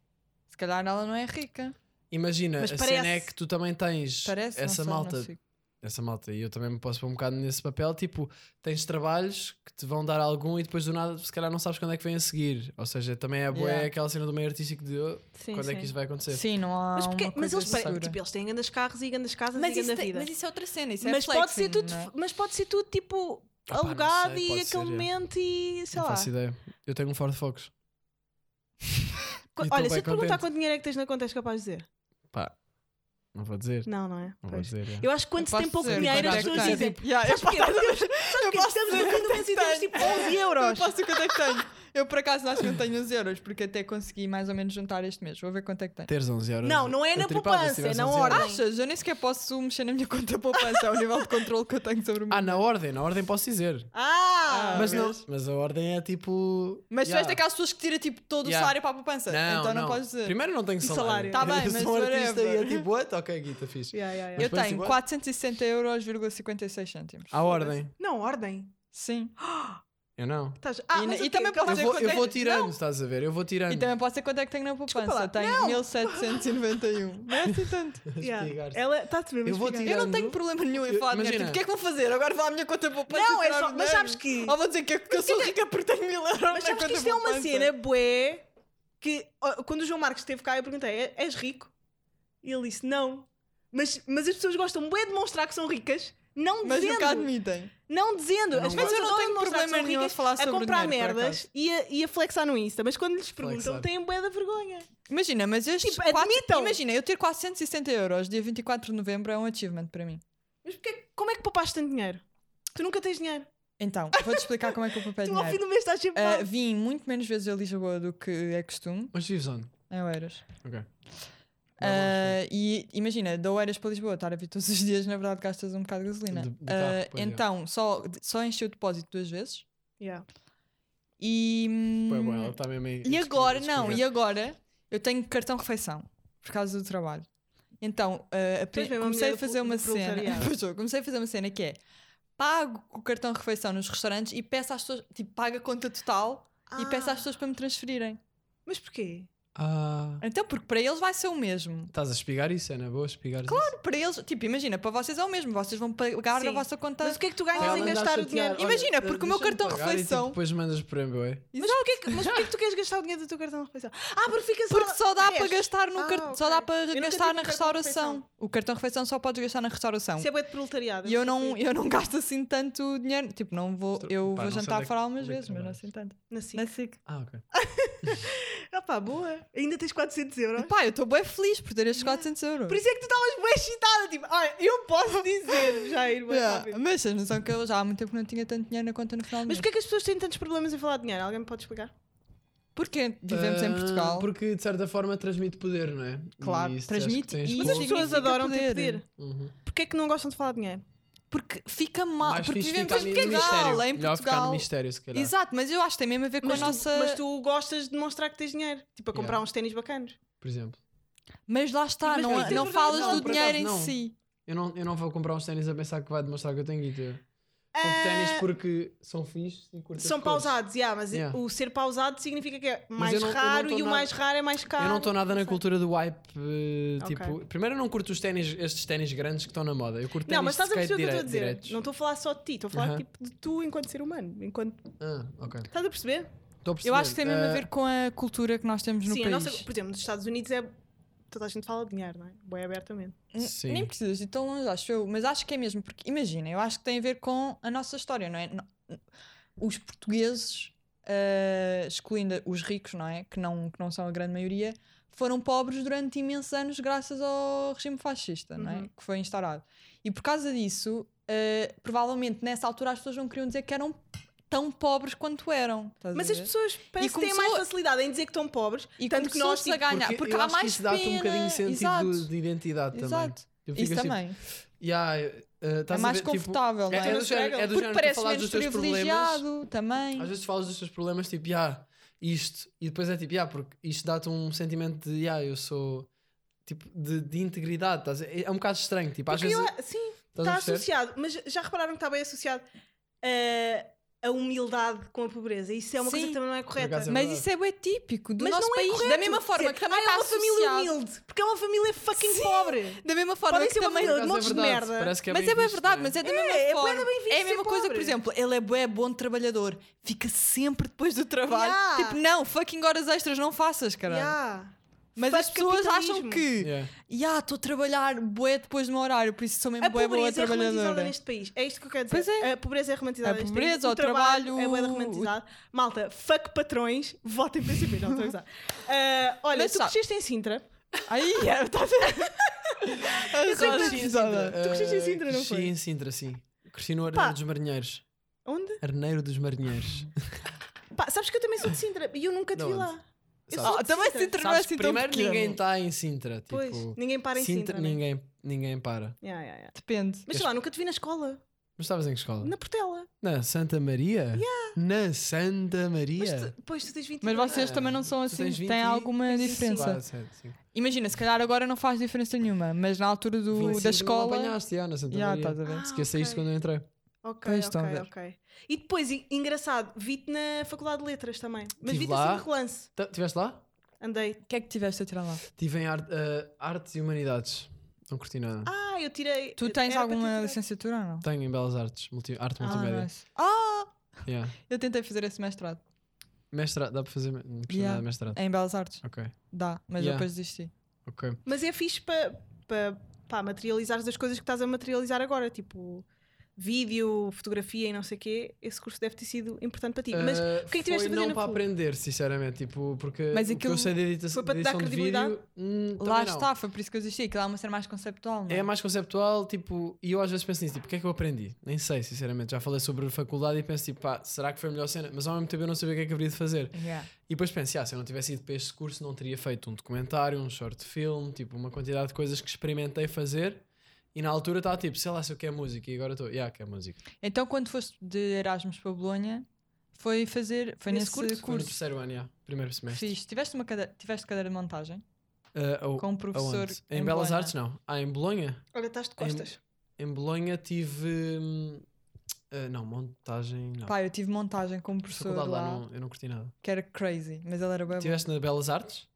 Speaker 4: Se calhar ela não é rica.
Speaker 3: Imagina,
Speaker 2: Mas
Speaker 3: a
Speaker 2: parece.
Speaker 3: cena é que tu também tens
Speaker 4: Parece, não
Speaker 3: essa
Speaker 4: sei, não
Speaker 3: malta
Speaker 4: sei.
Speaker 3: essa malta, e eu também me posso pôr um bocado nesse papel, tipo, tens trabalhos que te vão dar algum e depois do nada, se calhar não sabes quando é que vem a seguir. Ou seja, também é boa
Speaker 4: Yeah.
Speaker 3: aquela cena do meio artístico de oh,
Speaker 2: Sim,
Speaker 3: quando é que
Speaker 2: sim.
Speaker 3: isto vai acontecer.
Speaker 4: Sim, não há.
Speaker 2: Mas, porque-
Speaker 4: uma
Speaker 2: mas
Speaker 4: coisa
Speaker 2: eles, pa-
Speaker 4: segura.
Speaker 2: tipo, eles têm grandes carros e grandes casas
Speaker 4: mas,
Speaker 2: e grande
Speaker 4: isso tem-
Speaker 2: vida.
Speaker 4: mas isso é outra cena. Isso é
Speaker 2: Mas pode ser
Speaker 4: flexing,
Speaker 2: tudo,
Speaker 4: não é?
Speaker 2: mas pode ser tudo tipo
Speaker 3: Ah pá, não
Speaker 2: alugado
Speaker 3: sei,
Speaker 2: e
Speaker 3: pode
Speaker 2: aquele
Speaker 3: ser, é.
Speaker 2: momento e sei
Speaker 3: não
Speaker 2: lá.
Speaker 3: faço ideia. Eu tenho um Ford Focus.
Speaker 2: Qu-
Speaker 3: E tô
Speaker 2: Olha, se
Speaker 3: bem
Speaker 2: eu te perguntar
Speaker 3: contente.
Speaker 2: quanto dinheiro é que tens na conta, és capaz de dizer?
Speaker 3: Pá, não vou dizer.
Speaker 2: Não, não é?
Speaker 3: Não vou
Speaker 2: Pois.
Speaker 3: dizer. é.
Speaker 2: Eu acho que quando se
Speaker 4: Eu
Speaker 2: tem
Speaker 4: posso
Speaker 2: pouco
Speaker 4: dizer,
Speaker 2: dinheiro, as
Speaker 4: quanto é que
Speaker 2: pessoas
Speaker 4: tenho.
Speaker 2: dizem.
Speaker 4: Yeah, eu
Speaker 2: Sabes porquê? Temos- Sabes porquê?
Speaker 4: posso
Speaker 3: é
Speaker 2: Estamos
Speaker 4: dizer
Speaker 2: no fim do mês e temos tipo 11
Speaker 4: Eu
Speaker 2: euros.
Speaker 4: posso quanto é que tenho. Eu por acaso acho que não tenho uns euros, porque até consegui mais ou menos juntar este mês. Vou ver quanto é que tenho.
Speaker 3: Teres 11 euros.
Speaker 2: Não, não é
Speaker 3: eu
Speaker 2: na
Speaker 3: tripava se
Speaker 2: poupança,
Speaker 3: tivesse
Speaker 2: na
Speaker 3: 11
Speaker 2: hora.
Speaker 3: euros.
Speaker 2: Bem.
Speaker 4: Achas? Eu nem sequer posso mexer na minha conta poupança, é o nível de controle que eu tenho sobre o meu.
Speaker 3: Ah, na ordem, na ordem posso dizer.
Speaker 2: Ah!
Speaker 3: mas,
Speaker 4: ok.
Speaker 3: não, mas a ordem é tipo.
Speaker 4: Mas tu és
Speaker 3: yeah.
Speaker 4: daquelas pessoas que tira tipo todo
Speaker 3: Yeah.
Speaker 4: o salário para a poupança.
Speaker 3: Não,
Speaker 4: então não, podes dizer.
Speaker 3: Primeiro não tenho
Speaker 2: salário?
Speaker 3: salário.
Speaker 4: Tá
Speaker 3: [laughs]
Speaker 4: bem,
Speaker 3: Eu
Speaker 4: mas
Speaker 3: sou um artista e é
Speaker 4: whatever.
Speaker 3: tipo, what? Ok, Guita, fixe.
Speaker 2: Yeah, yeah, yeah.
Speaker 3: Mas
Speaker 4: Eu
Speaker 3: põe-se
Speaker 4: tenho
Speaker 3: igual.
Speaker 4: 460 euros,56 cêntimos.
Speaker 3: À ordem.
Speaker 2: Não, ordem.
Speaker 4: Sim.
Speaker 3: Eu não.
Speaker 2: Estás... Ah,
Speaker 4: E-
Speaker 2: mas
Speaker 4: e
Speaker 2: o quê?
Speaker 4: também
Speaker 2: Aquela-
Speaker 3: Eu
Speaker 4: podes Mas é
Speaker 3: vou,
Speaker 4: quanto
Speaker 3: eu
Speaker 4: é-
Speaker 3: vou tirando, estás a ver? Eu vou tirando.
Speaker 4: E
Speaker 3: [laughs]
Speaker 4: também pode ser quanto é que tenho na
Speaker 2: Desculpa
Speaker 4: poupança.
Speaker 2: lá.
Speaker 4: Tenho
Speaker 2: Não.
Speaker 4: 1791. Não é assim tanto.
Speaker 2: Yeah.
Speaker 3: Espigar-se.
Speaker 2: Ela está-te mesmo
Speaker 3: Eu vou
Speaker 2: espigando.
Speaker 3: tirar-
Speaker 4: Eu não tenho problema nenhum em
Speaker 3: Eu-
Speaker 4: falar de dinheiro.
Speaker 3: imagina.
Speaker 4: Tipo, O que é que vou fazer? Agora vou à minha conta poupança.
Speaker 2: Não, é
Speaker 4: tirar
Speaker 2: só.
Speaker 4: o
Speaker 2: Mas
Speaker 4: dinheiro.
Speaker 2: sabes que.
Speaker 4: Ou vou dizer que, que eu sou rica porque tenho mil
Speaker 2: Mas
Speaker 4: euros na
Speaker 2: sabes que
Speaker 4: conta
Speaker 2: isto é uma
Speaker 4: poupança.
Speaker 2: cena bué que ó, quando o João Marcos esteve cá eu perguntei, "É- és rico? E ele disse, não. Mas, mas as pessoas gostam bué de mostrar que são ricas, não
Speaker 4: Mas
Speaker 2: dizendo.
Speaker 4: nunca admitem.
Speaker 2: Não dizendo.
Speaker 3: Não
Speaker 2: Às vezes
Speaker 4: gosto.
Speaker 2: eu não tenho
Speaker 4: problema
Speaker 2: problema
Speaker 4: nenhum
Speaker 2: nenhum
Speaker 4: a falar sobre
Speaker 2: a comprar
Speaker 4: dinheiro, por
Speaker 2: merdas
Speaker 4: acaso.
Speaker 2: e a, e a flexar no Insta, mas quando lhes perguntam
Speaker 3: Flexar.
Speaker 2: têm bué da vergonha.
Speaker 4: Imagina, mas estes.
Speaker 2: Tipo,
Speaker 4: quatro-
Speaker 2: admitam.
Speaker 4: Imagina, eu ter 460 euros dia 24 de novembro é um achievement para mim.
Speaker 2: Mas porquê- como é que poupaste tanto dinheiro? Tu nunca tens dinheiro.
Speaker 4: Então, vou-te explicar como é que o
Speaker 2: [laughs]
Speaker 4: papel
Speaker 2: tu ao fim
Speaker 4: dinheiro.
Speaker 2: do mês estás sempre
Speaker 4: Ah,
Speaker 2: mal.
Speaker 4: vim muito menos vezes a Lisboa do que é costume,
Speaker 3: Mas vives onde?
Speaker 4: em Oeiras.
Speaker 3: Ok. Não,
Speaker 4: Ah, e imagina, da Oeiras para Lisboa, estar a vir todos os dias, na verdade gastas um bocado de gasolina.
Speaker 3: De- de
Speaker 4: Ah,
Speaker 3: carro, pois é.
Speaker 4: então, só, só enchi o depósito duas vezes.
Speaker 2: Yeah.
Speaker 4: E, hum,
Speaker 3: Pô, é bom, ela está mesmo em-
Speaker 4: e
Speaker 3: em
Speaker 4: agora,
Speaker 3: descrever-
Speaker 4: não, e
Speaker 3: descrever.
Speaker 4: agora eu tenho cartão refeição por causa do trabalho. Então, ah, a
Speaker 2: Tu és
Speaker 4: pri-
Speaker 2: mesmo a
Speaker 4: comecei
Speaker 2: mulher
Speaker 4: a
Speaker 2: do
Speaker 4: fazer
Speaker 2: pro-
Speaker 4: uma
Speaker 2: do
Speaker 4: cena. [laughs]
Speaker 2: proletariado.
Speaker 4: Pois é, comecei a fazer uma cena que é pago o cartão refeição nos restaurantes e peço às pessoas, tipo, pago a conta total e peço
Speaker 2: Ah,
Speaker 4: às pessoas para me transferirem.
Speaker 2: Mas porquê?
Speaker 3: Ah,
Speaker 4: Então, porque para eles vai ser o mesmo.
Speaker 3: estás a espigar isso, é na boa espigar claro.
Speaker 4: Para eles, tipo, imagina, para vocês é o mesmo, vocês vão pagar na
Speaker 2: Sim.
Speaker 4: vossa conta.
Speaker 2: Mas o que é que tu ganhas em gastar o dinheiro?
Speaker 4: Imagina, porque o meu cartão refeição-
Speaker 3: tipo, depois mandas por MBA.
Speaker 2: Mas porquê, que, mas porquê que tu queres gastar o dinheiro do teu cartão de refeição? Ah, porque fica só...
Speaker 4: Porque só dá para
Speaker 2: Vês?
Speaker 4: gastar no
Speaker 2: Ah,
Speaker 4: cartão, só
Speaker 2: ok.
Speaker 4: dá para
Speaker 2: Eu nunca
Speaker 4: gastar
Speaker 2: tive cartão
Speaker 4: na
Speaker 2: de
Speaker 4: restauração. O cartão refeição só podes gastar na restauração.
Speaker 2: Isso é bué de proletariado.
Speaker 4: E eu não,
Speaker 2: percebi.
Speaker 4: [laughs] eu não gasto assim tanto dinheiro. Tipo, não vou.
Speaker 3: Estru-
Speaker 4: Eu
Speaker 3: Pá, não
Speaker 4: vou
Speaker 3: sei onde
Speaker 4: jantar
Speaker 3: é que-
Speaker 4: fora algumas
Speaker 3: onde é que
Speaker 4: vezes, mas não
Speaker 3: trabalhas.
Speaker 4: assim tanto.
Speaker 2: Nasci.
Speaker 4: Na SIC.
Speaker 3: Ah, ok.
Speaker 2: Ah pá, boa. Ainda tens 400 euros.
Speaker 4: Pá, eu estou bem feliz por ter estes 400 euros.
Speaker 2: Por isso é que tu estavas bem excitada. Tipo, olha, eu posso dizer,
Speaker 3: é
Speaker 2: Jair, mais
Speaker 4: Yeah,
Speaker 2: rápido.
Speaker 4: Mas vocês não são que eu já há muito tempo que não tinha tanto dinheiro na conta no final do
Speaker 2: Mas
Speaker 4: mês.
Speaker 2: porquê é que as pessoas têm tantos problemas em falar de dinheiro? Alguém me pode explicar?
Speaker 4: Porque vivemos em
Speaker 3: Ah,
Speaker 4: Portugal.
Speaker 3: Porque de certa forma transmite poder, não é?
Speaker 4: Claro,
Speaker 3: E isso
Speaker 4: transmite
Speaker 3: acho que tens
Speaker 4: e-
Speaker 2: Mas
Speaker 3: com-
Speaker 2: as pessoas
Speaker 4: significa
Speaker 2: adoram te
Speaker 4: poder.
Speaker 2: pedir.
Speaker 3: Uhum.
Speaker 2: Porquê é que não gostam de falar de dinheiro?
Speaker 4: Porque fica mal.
Speaker 3: Mais
Speaker 4: porque
Speaker 3: fixe
Speaker 4: vivemos
Speaker 3: ficar
Speaker 4: em
Speaker 3: no
Speaker 4: Portugal. é
Speaker 3: mistério.
Speaker 4: Em
Speaker 3: Melhor ficar no
Speaker 4: Portugal.
Speaker 3: mistério, se calhar.
Speaker 4: Exato, mas eu acho que tem mesmo a ver com
Speaker 2: Mas
Speaker 4: a
Speaker 2: tu,
Speaker 4: nossa.
Speaker 2: mas tu gostas de demonstrar que tens dinheiro. Tipo, a comprar
Speaker 3: Yeah.
Speaker 2: uns ténis bacanas.
Speaker 3: Por exemplo.
Speaker 4: Mas lá está,
Speaker 2: Mas
Speaker 4: não,
Speaker 2: por
Speaker 4: não,
Speaker 2: isso é verdade,
Speaker 4: falas
Speaker 3: não,
Speaker 4: do
Speaker 3: por
Speaker 4: dinheiro
Speaker 3: acaso
Speaker 4: em
Speaker 3: não.
Speaker 4: si.
Speaker 3: Eu não, eu não vou comprar uns ténis a pensar que vai demonstrar que eu tenho guita. Compro ténis
Speaker 4: Ah,
Speaker 3: porque são fixes e curto as
Speaker 2: São
Speaker 3: cores.
Speaker 2: pausados, yeah, mas
Speaker 3: Yeah.
Speaker 2: o ser pausado significa que é mais
Speaker 3: eu não- eu não
Speaker 2: raro
Speaker 3: tô
Speaker 2: e o
Speaker 3: nada-
Speaker 2: mais raro é mais caro.
Speaker 3: Eu não estou nada na
Speaker 2: sei.
Speaker 3: cultura do hype. eh,
Speaker 2: Ok.
Speaker 3: Tipo, primeiro eu não curto os ténis, estes ténis grandes que estão na moda. Eu curto ténis
Speaker 2: Não, mas
Speaker 3: de
Speaker 2: estás a perceber o que eu
Speaker 3: skate
Speaker 2: estou a dizer.
Speaker 3: direto-
Speaker 2: Não estou a falar só de ti, estou a falar
Speaker 3: Aham.
Speaker 2: tipo, de tu enquanto ser humano. Enquanto...
Speaker 3: diretos. Ah, ok.
Speaker 2: Estás a perceber?
Speaker 3: Estou a perceber.
Speaker 4: Eu acho que tem mesmo a
Speaker 3: Eh,
Speaker 4: ver com a cultura que nós temos no
Speaker 2: Sim, a
Speaker 4: país.
Speaker 2: nossa- por exemplo, nos Estados Unidos é. Toda a gente fala de dinheiro, não é? Bem abertamente.
Speaker 4: N-
Speaker 3: Sim.
Speaker 4: Nem precisas ir tão longe, acho eu. Mas acho que é mesmo, porque imagina, eu acho que tem a ver com a nossa história, não é? No- Os portugueses, ah, excluindo os ricos, não é? Que não, que não são a grande maioria, foram pobres durante imensos anos graças ao regime fascista, não é?
Speaker 2: Uhum.
Speaker 4: Que foi instaurado. E por causa disso, ah, provavelmente nessa altura as pessoas não queriam dizer que eram tão pobres quanto eram. estás a
Speaker 2: Mas as
Speaker 4: ver?
Speaker 2: pessoas parecem que têm
Speaker 4: começou-
Speaker 2: mais facilidade em dizer que estão pobres.
Speaker 4: E
Speaker 2: tanto que nós,
Speaker 4: começou-se a
Speaker 2: tipo,
Speaker 4: ganhar, porque,
Speaker 3: porque eu
Speaker 4: há
Speaker 3: acho que
Speaker 4: mais
Speaker 3: isso dá-te um
Speaker 4: pena.
Speaker 3: bocadinho de sentido
Speaker 4: Exato,
Speaker 3: de identidade também.
Speaker 4: exato.
Speaker 3: Eu
Speaker 4: Isso
Speaker 3: ficas tipo,
Speaker 4: também.
Speaker 3: "Ya, eh, eh,
Speaker 4: é
Speaker 3: estás a
Speaker 4: mais
Speaker 3: ver, tipo,
Speaker 4: confortável,
Speaker 3: é-
Speaker 4: não é?
Speaker 3: é do género- é do
Speaker 4: Porque
Speaker 3: género, tu
Speaker 4: parece
Speaker 3: falares dos
Speaker 4: menos
Speaker 3: teus problemas.
Speaker 4: privilegiado também.
Speaker 3: Às vezes falas dos teus problemas, tipo, yeah, isto, e depois é tipo, yeah, porque isto dá-te um sentimento de, yeah, eu sou, tipo, de, de integridade, estás a- é é um bocado estranho, tipo, às
Speaker 2: Porque
Speaker 3: vezes,
Speaker 2: eu- sim,
Speaker 3: estás a
Speaker 2: está
Speaker 3: perceber?
Speaker 2: associado. Mas já repararam que está bem associado eh, a humildade com a pobreza. Isso é uma coisa
Speaker 4: Sim.
Speaker 2: que também não é correta.
Speaker 3: acaso é
Speaker 4: Mas
Speaker 3: verdade.
Speaker 4: isso é bué típico do
Speaker 2: Mas
Speaker 4: nosso
Speaker 2: não é
Speaker 4: país.
Speaker 2: correto
Speaker 4: da mesma forma
Speaker 2: dizer,
Speaker 4: que também
Speaker 2: "Ah,
Speaker 4: está
Speaker 2: é uma família
Speaker 4: associado.
Speaker 2: humilde. Porque é uma família fucking pobre.
Speaker 4: Da mesma forma
Speaker 2: Podem
Speaker 4: que
Speaker 2: ser uma
Speaker 4: também...
Speaker 2: família
Speaker 3: Por acaso é
Speaker 2: montes de
Speaker 3: verdade,
Speaker 2: merda.
Speaker 3: parece que é
Speaker 4: mas
Speaker 3: bem
Speaker 4: é bem
Speaker 3: visto,
Speaker 4: verdade,
Speaker 3: não é?
Speaker 4: mas é da
Speaker 2: É,
Speaker 4: mesma
Speaker 2: é bué
Speaker 4: forma.
Speaker 2: bem visto
Speaker 4: é a
Speaker 2: ser
Speaker 4: mesma coisa, por
Speaker 2: pobre.
Speaker 4: exemplo, ele é bué bom trabalhador. Fica sempre depois do trabalho.
Speaker 2: Yeah.
Speaker 4: Tipo, não, fucking horas extras não faças, caralho.
Speaker 2: Yeah.
Speaker 4: Mas
Speaker 2: Fuck
Speaker 4: as pessoas acham
Speaker 2: capitalismo.
Speaker 4: que,
Speaker 3: [laughs] Yeah.
Speaker 4: "Ya, estou a trabalhar bué depois do meu horário, por isso sou mesmo
Speaker 2: A
Speaker 4: bué boa
Speaker 2: pobreza é romantizada
Speaker 4: trabalhadora.
Speaker 2: neste país. É isto que eu quero dizer.
Speaker 4: Pois é.
Speaker 2: A pobreza é romantizada
Speaker 4: A
Speaker 2: neste
Speaker 4: pobreza,
Speaker 2: país.
Speaker 4: o trabalho-
Speaker 2: é bué da romantizada. Malta, fuck patrões, votem PCP. Não, estou a
Speaker 4: [laughs]
Speaker 2: usar. Ah, olha,
Speaker 4: Mas
Speaker 2: tu
Speaker 4: sabe-
Speaker 2: cresceste em Sintra.
Speaker 4: Aí, estás assim, tá
Speaker 2: [laughs]
Speaker 4: a
Speaker 2: Eu sei que tu-
Speaker 4: romantizada.
Speaker 2: Tu cresceste em Sintra, não
Speaker 3: Cresci
Speaker 2: foi?
Speaker 3: em Sintra, sim. Cresci no Arneiro
Speaker 2: Pá.
Speaker 3: dos Marinheiros.
Speaker 2: Onde?
Speaker 3: Arneiro
Speaker 2: [laughs]
Speaker 3: dos Marinheiros.
Speaker 2: Pá, sabes que eu também sou de Sintra e eu nunca te
Speaker 3: Não,
Speaker 2: vi
Speaker 3: onde?
Speaker 2: lá. Eu
Speaker 3: Sabes?
Speaker 2: sou
Speaker 4: Oh,
Speaker 2: de
Speaker 4: também
Speaker 2: Sintra.
Speaker 4: se tornou
Speaker 3: Sabes,
Speaker 4: assim tão
Speaker 3: primeiro
Speaker 4: pequeno.
Speaker 3: ninguém tá- está em Sintra. Tipo,
Speaker 2: então Pois, ninguém para em
Speaker 3: Sintra,
Speaker 2: Sintra. né?
Speaker 3: ninguém, ninguém para.
Speaker 2: Yeah, yeah, yeah.
Speaker 4: Depende.
Speaker 2: Mas sei lá, nunca te vi na escola.
Speaker 3: Mas estavas em que escola?
Speaker 2: Na Portela.
Speaker 3: Na Santa Maria? Na Santa Maria?
Speaker 2: Mas tu, pois tu tens 20
Speaker 4: Mas vocês
Speaker 3: Ah,
Speaker 4: também não são
Speaker 3: tu
Speaker 4: assim,
Speaker 3: tens
Speaker 4: tem
Speaker 3: 20 e- É
Speaker 4: alguma
Speaker 3: Sim, sim,
Speaker 4: diferença.
Speaker 3: quase, sete, sim.
Speaker 4: Imagina, se calhar agora não faz diferença nenhuma, mas na altura do-
Speaker 3: 25
Speaker 4: da
Speaker 3: não
Speaker 4: escola.
Speaker 3: apanhaste, já, na Santa
Speaker 4: Já,
Speaker 3: Maria.
Speaker 4: estás a ver?
Speaker 2: Ah,
Speaker 3: Esqueci isto
Speaker 2: ok.
Speaker 3: quando eu entrei.
Speaker 4: Então,
Speaker 2: Ok,
Speaker 3: Pois, estão a
Speaker 2: ok,
Speaker 3: ver.
Speaker 2: ok. E depois, e- engraçado, vi-te na Faculdade de Letras também. Mas
Speaker 3: Tive
Speaker 2: vi-te
Speaker 3: lá.
Speaker 2: assim de relance.
Speaker 3: T- Tá, Tiveste lá?
Speaker 2: Andei.
Speaker 4: O que é que tiveste a tirar lá?
Speaker 3: Tive em ar- eh, Artes e Humanidades. Não curti nada.
Speaker 2: Ah, eu tirei.
Speaker 4: Tu
Speaker 2: era
Speaker 4: tens
Speaker 2: para
Speaker 4: alguma
Speaker 2: ter tirado.
Speaker 4: licenciatura ou não?
Speaker 3: Tenho em Belas Artes, multi- Arte
Speaker 4: Ah,
Speaker 3: Multimédia.
Speaker 4: nice. Ah,
Speaker 3: Yeah.
Speaker 4: eu tentei fazer esse mestrado
Speaker 3: Mestrado, dá para fazer. Não percebi
Speaker 4: Yeah.
Speaker 3: nada de mestrado.
Speaker 2: É.
Speaker 4: em Belas Artes.
Speaker 3: Ok,
Speaker 4: Dá, mas eu
Speaker 3: Yeah.
Speaker 4: depois desisti.
Speaker 3: ok.
Speaker 2: Mas é fixe para pa, pá, materializares as coisas que estás a materializar agora, tipo vídeo, fotografia e não sei o quê. Esse curso deve ter sido importante para ti. Mas
Speaker 4: Ah,
Speaker 3: Eh,
Speaker 2: o que é que tiveste a
Speaker 3: foi
Speaker 2: fazer
Speaker 3: não
Speaker 2: na
Speaker 3: para
Speaker 2: FUL?
Speaker 3: aprender, sinceramente, tipo, porque
Speaker 4: Mas
Speaker 3: o que
Speaker 4: aquilo
Speaker 3: eu sei de edita- de edição
Speaker 2: foi para te dar
Speaker 3: de
Speaker 2: credibilidade?
Speaker 3: vídeo, hum, também
Speaker 4: Lá
Speaker 3: não.
Speaker 4: está, foi por isso que eu desisti. Aquilo é uma cena mais conceptual. não é?
Speaker 3: É mais conceptual, tipo, e eu às vezes penso nisso, tipo, o que é que eu aprendi? Nem sei, sinceramente. Já falei sobre faculdade e penso, tipo, pá, será que foi a melhor cena? Mas ao mesmo tempo eu não sabia o que é que haveria de fazer.
Speaker 4: Yeah.
Speaker 3: E depois penso, ah, se eu não tivesse ido para este curso, não teria feito um documentário, um short film, tipo, uma quantidade de coisas que experimentei fazer. E na altura estava tipo, sei lá se eu quero música, e agora estou, yeah, quero música.
Speaker 4: Então, quando foste de Erasmus para Bolonha, foi fazer. Foi
Speaker 2: Nesse
Speaker 4: nesse,
Speaker 2: curso?
Speaker 4: curso?
Speaker 3: Foi no terceiro ano, yeah, primeiro semestre.
Speaker 4: Fiz. Tiveste, uma cadeira, tiveste cadeira de montagem
Speaker 3: Ah, ou-
Speaker 4: com um professor.
Speaker 3: aonde? Em, Belas
Speaker 4: Bolonha.
Speaker 3: Artes, não. Ah, em Bolonha?
Speaker 2: olha, estás de costas.
Speaker 3: Em Bolonha tive. hum, ah, não, montagem. Não.
Speaker 4: Pá, eu tive montagem com um professor lá,
Speaker 3: Faculdade lá, não, eu não curti nada.
Speaker 4: que era crazy, mas ele era bem bom.
Speaker 3: Tiveste na Belas Artes?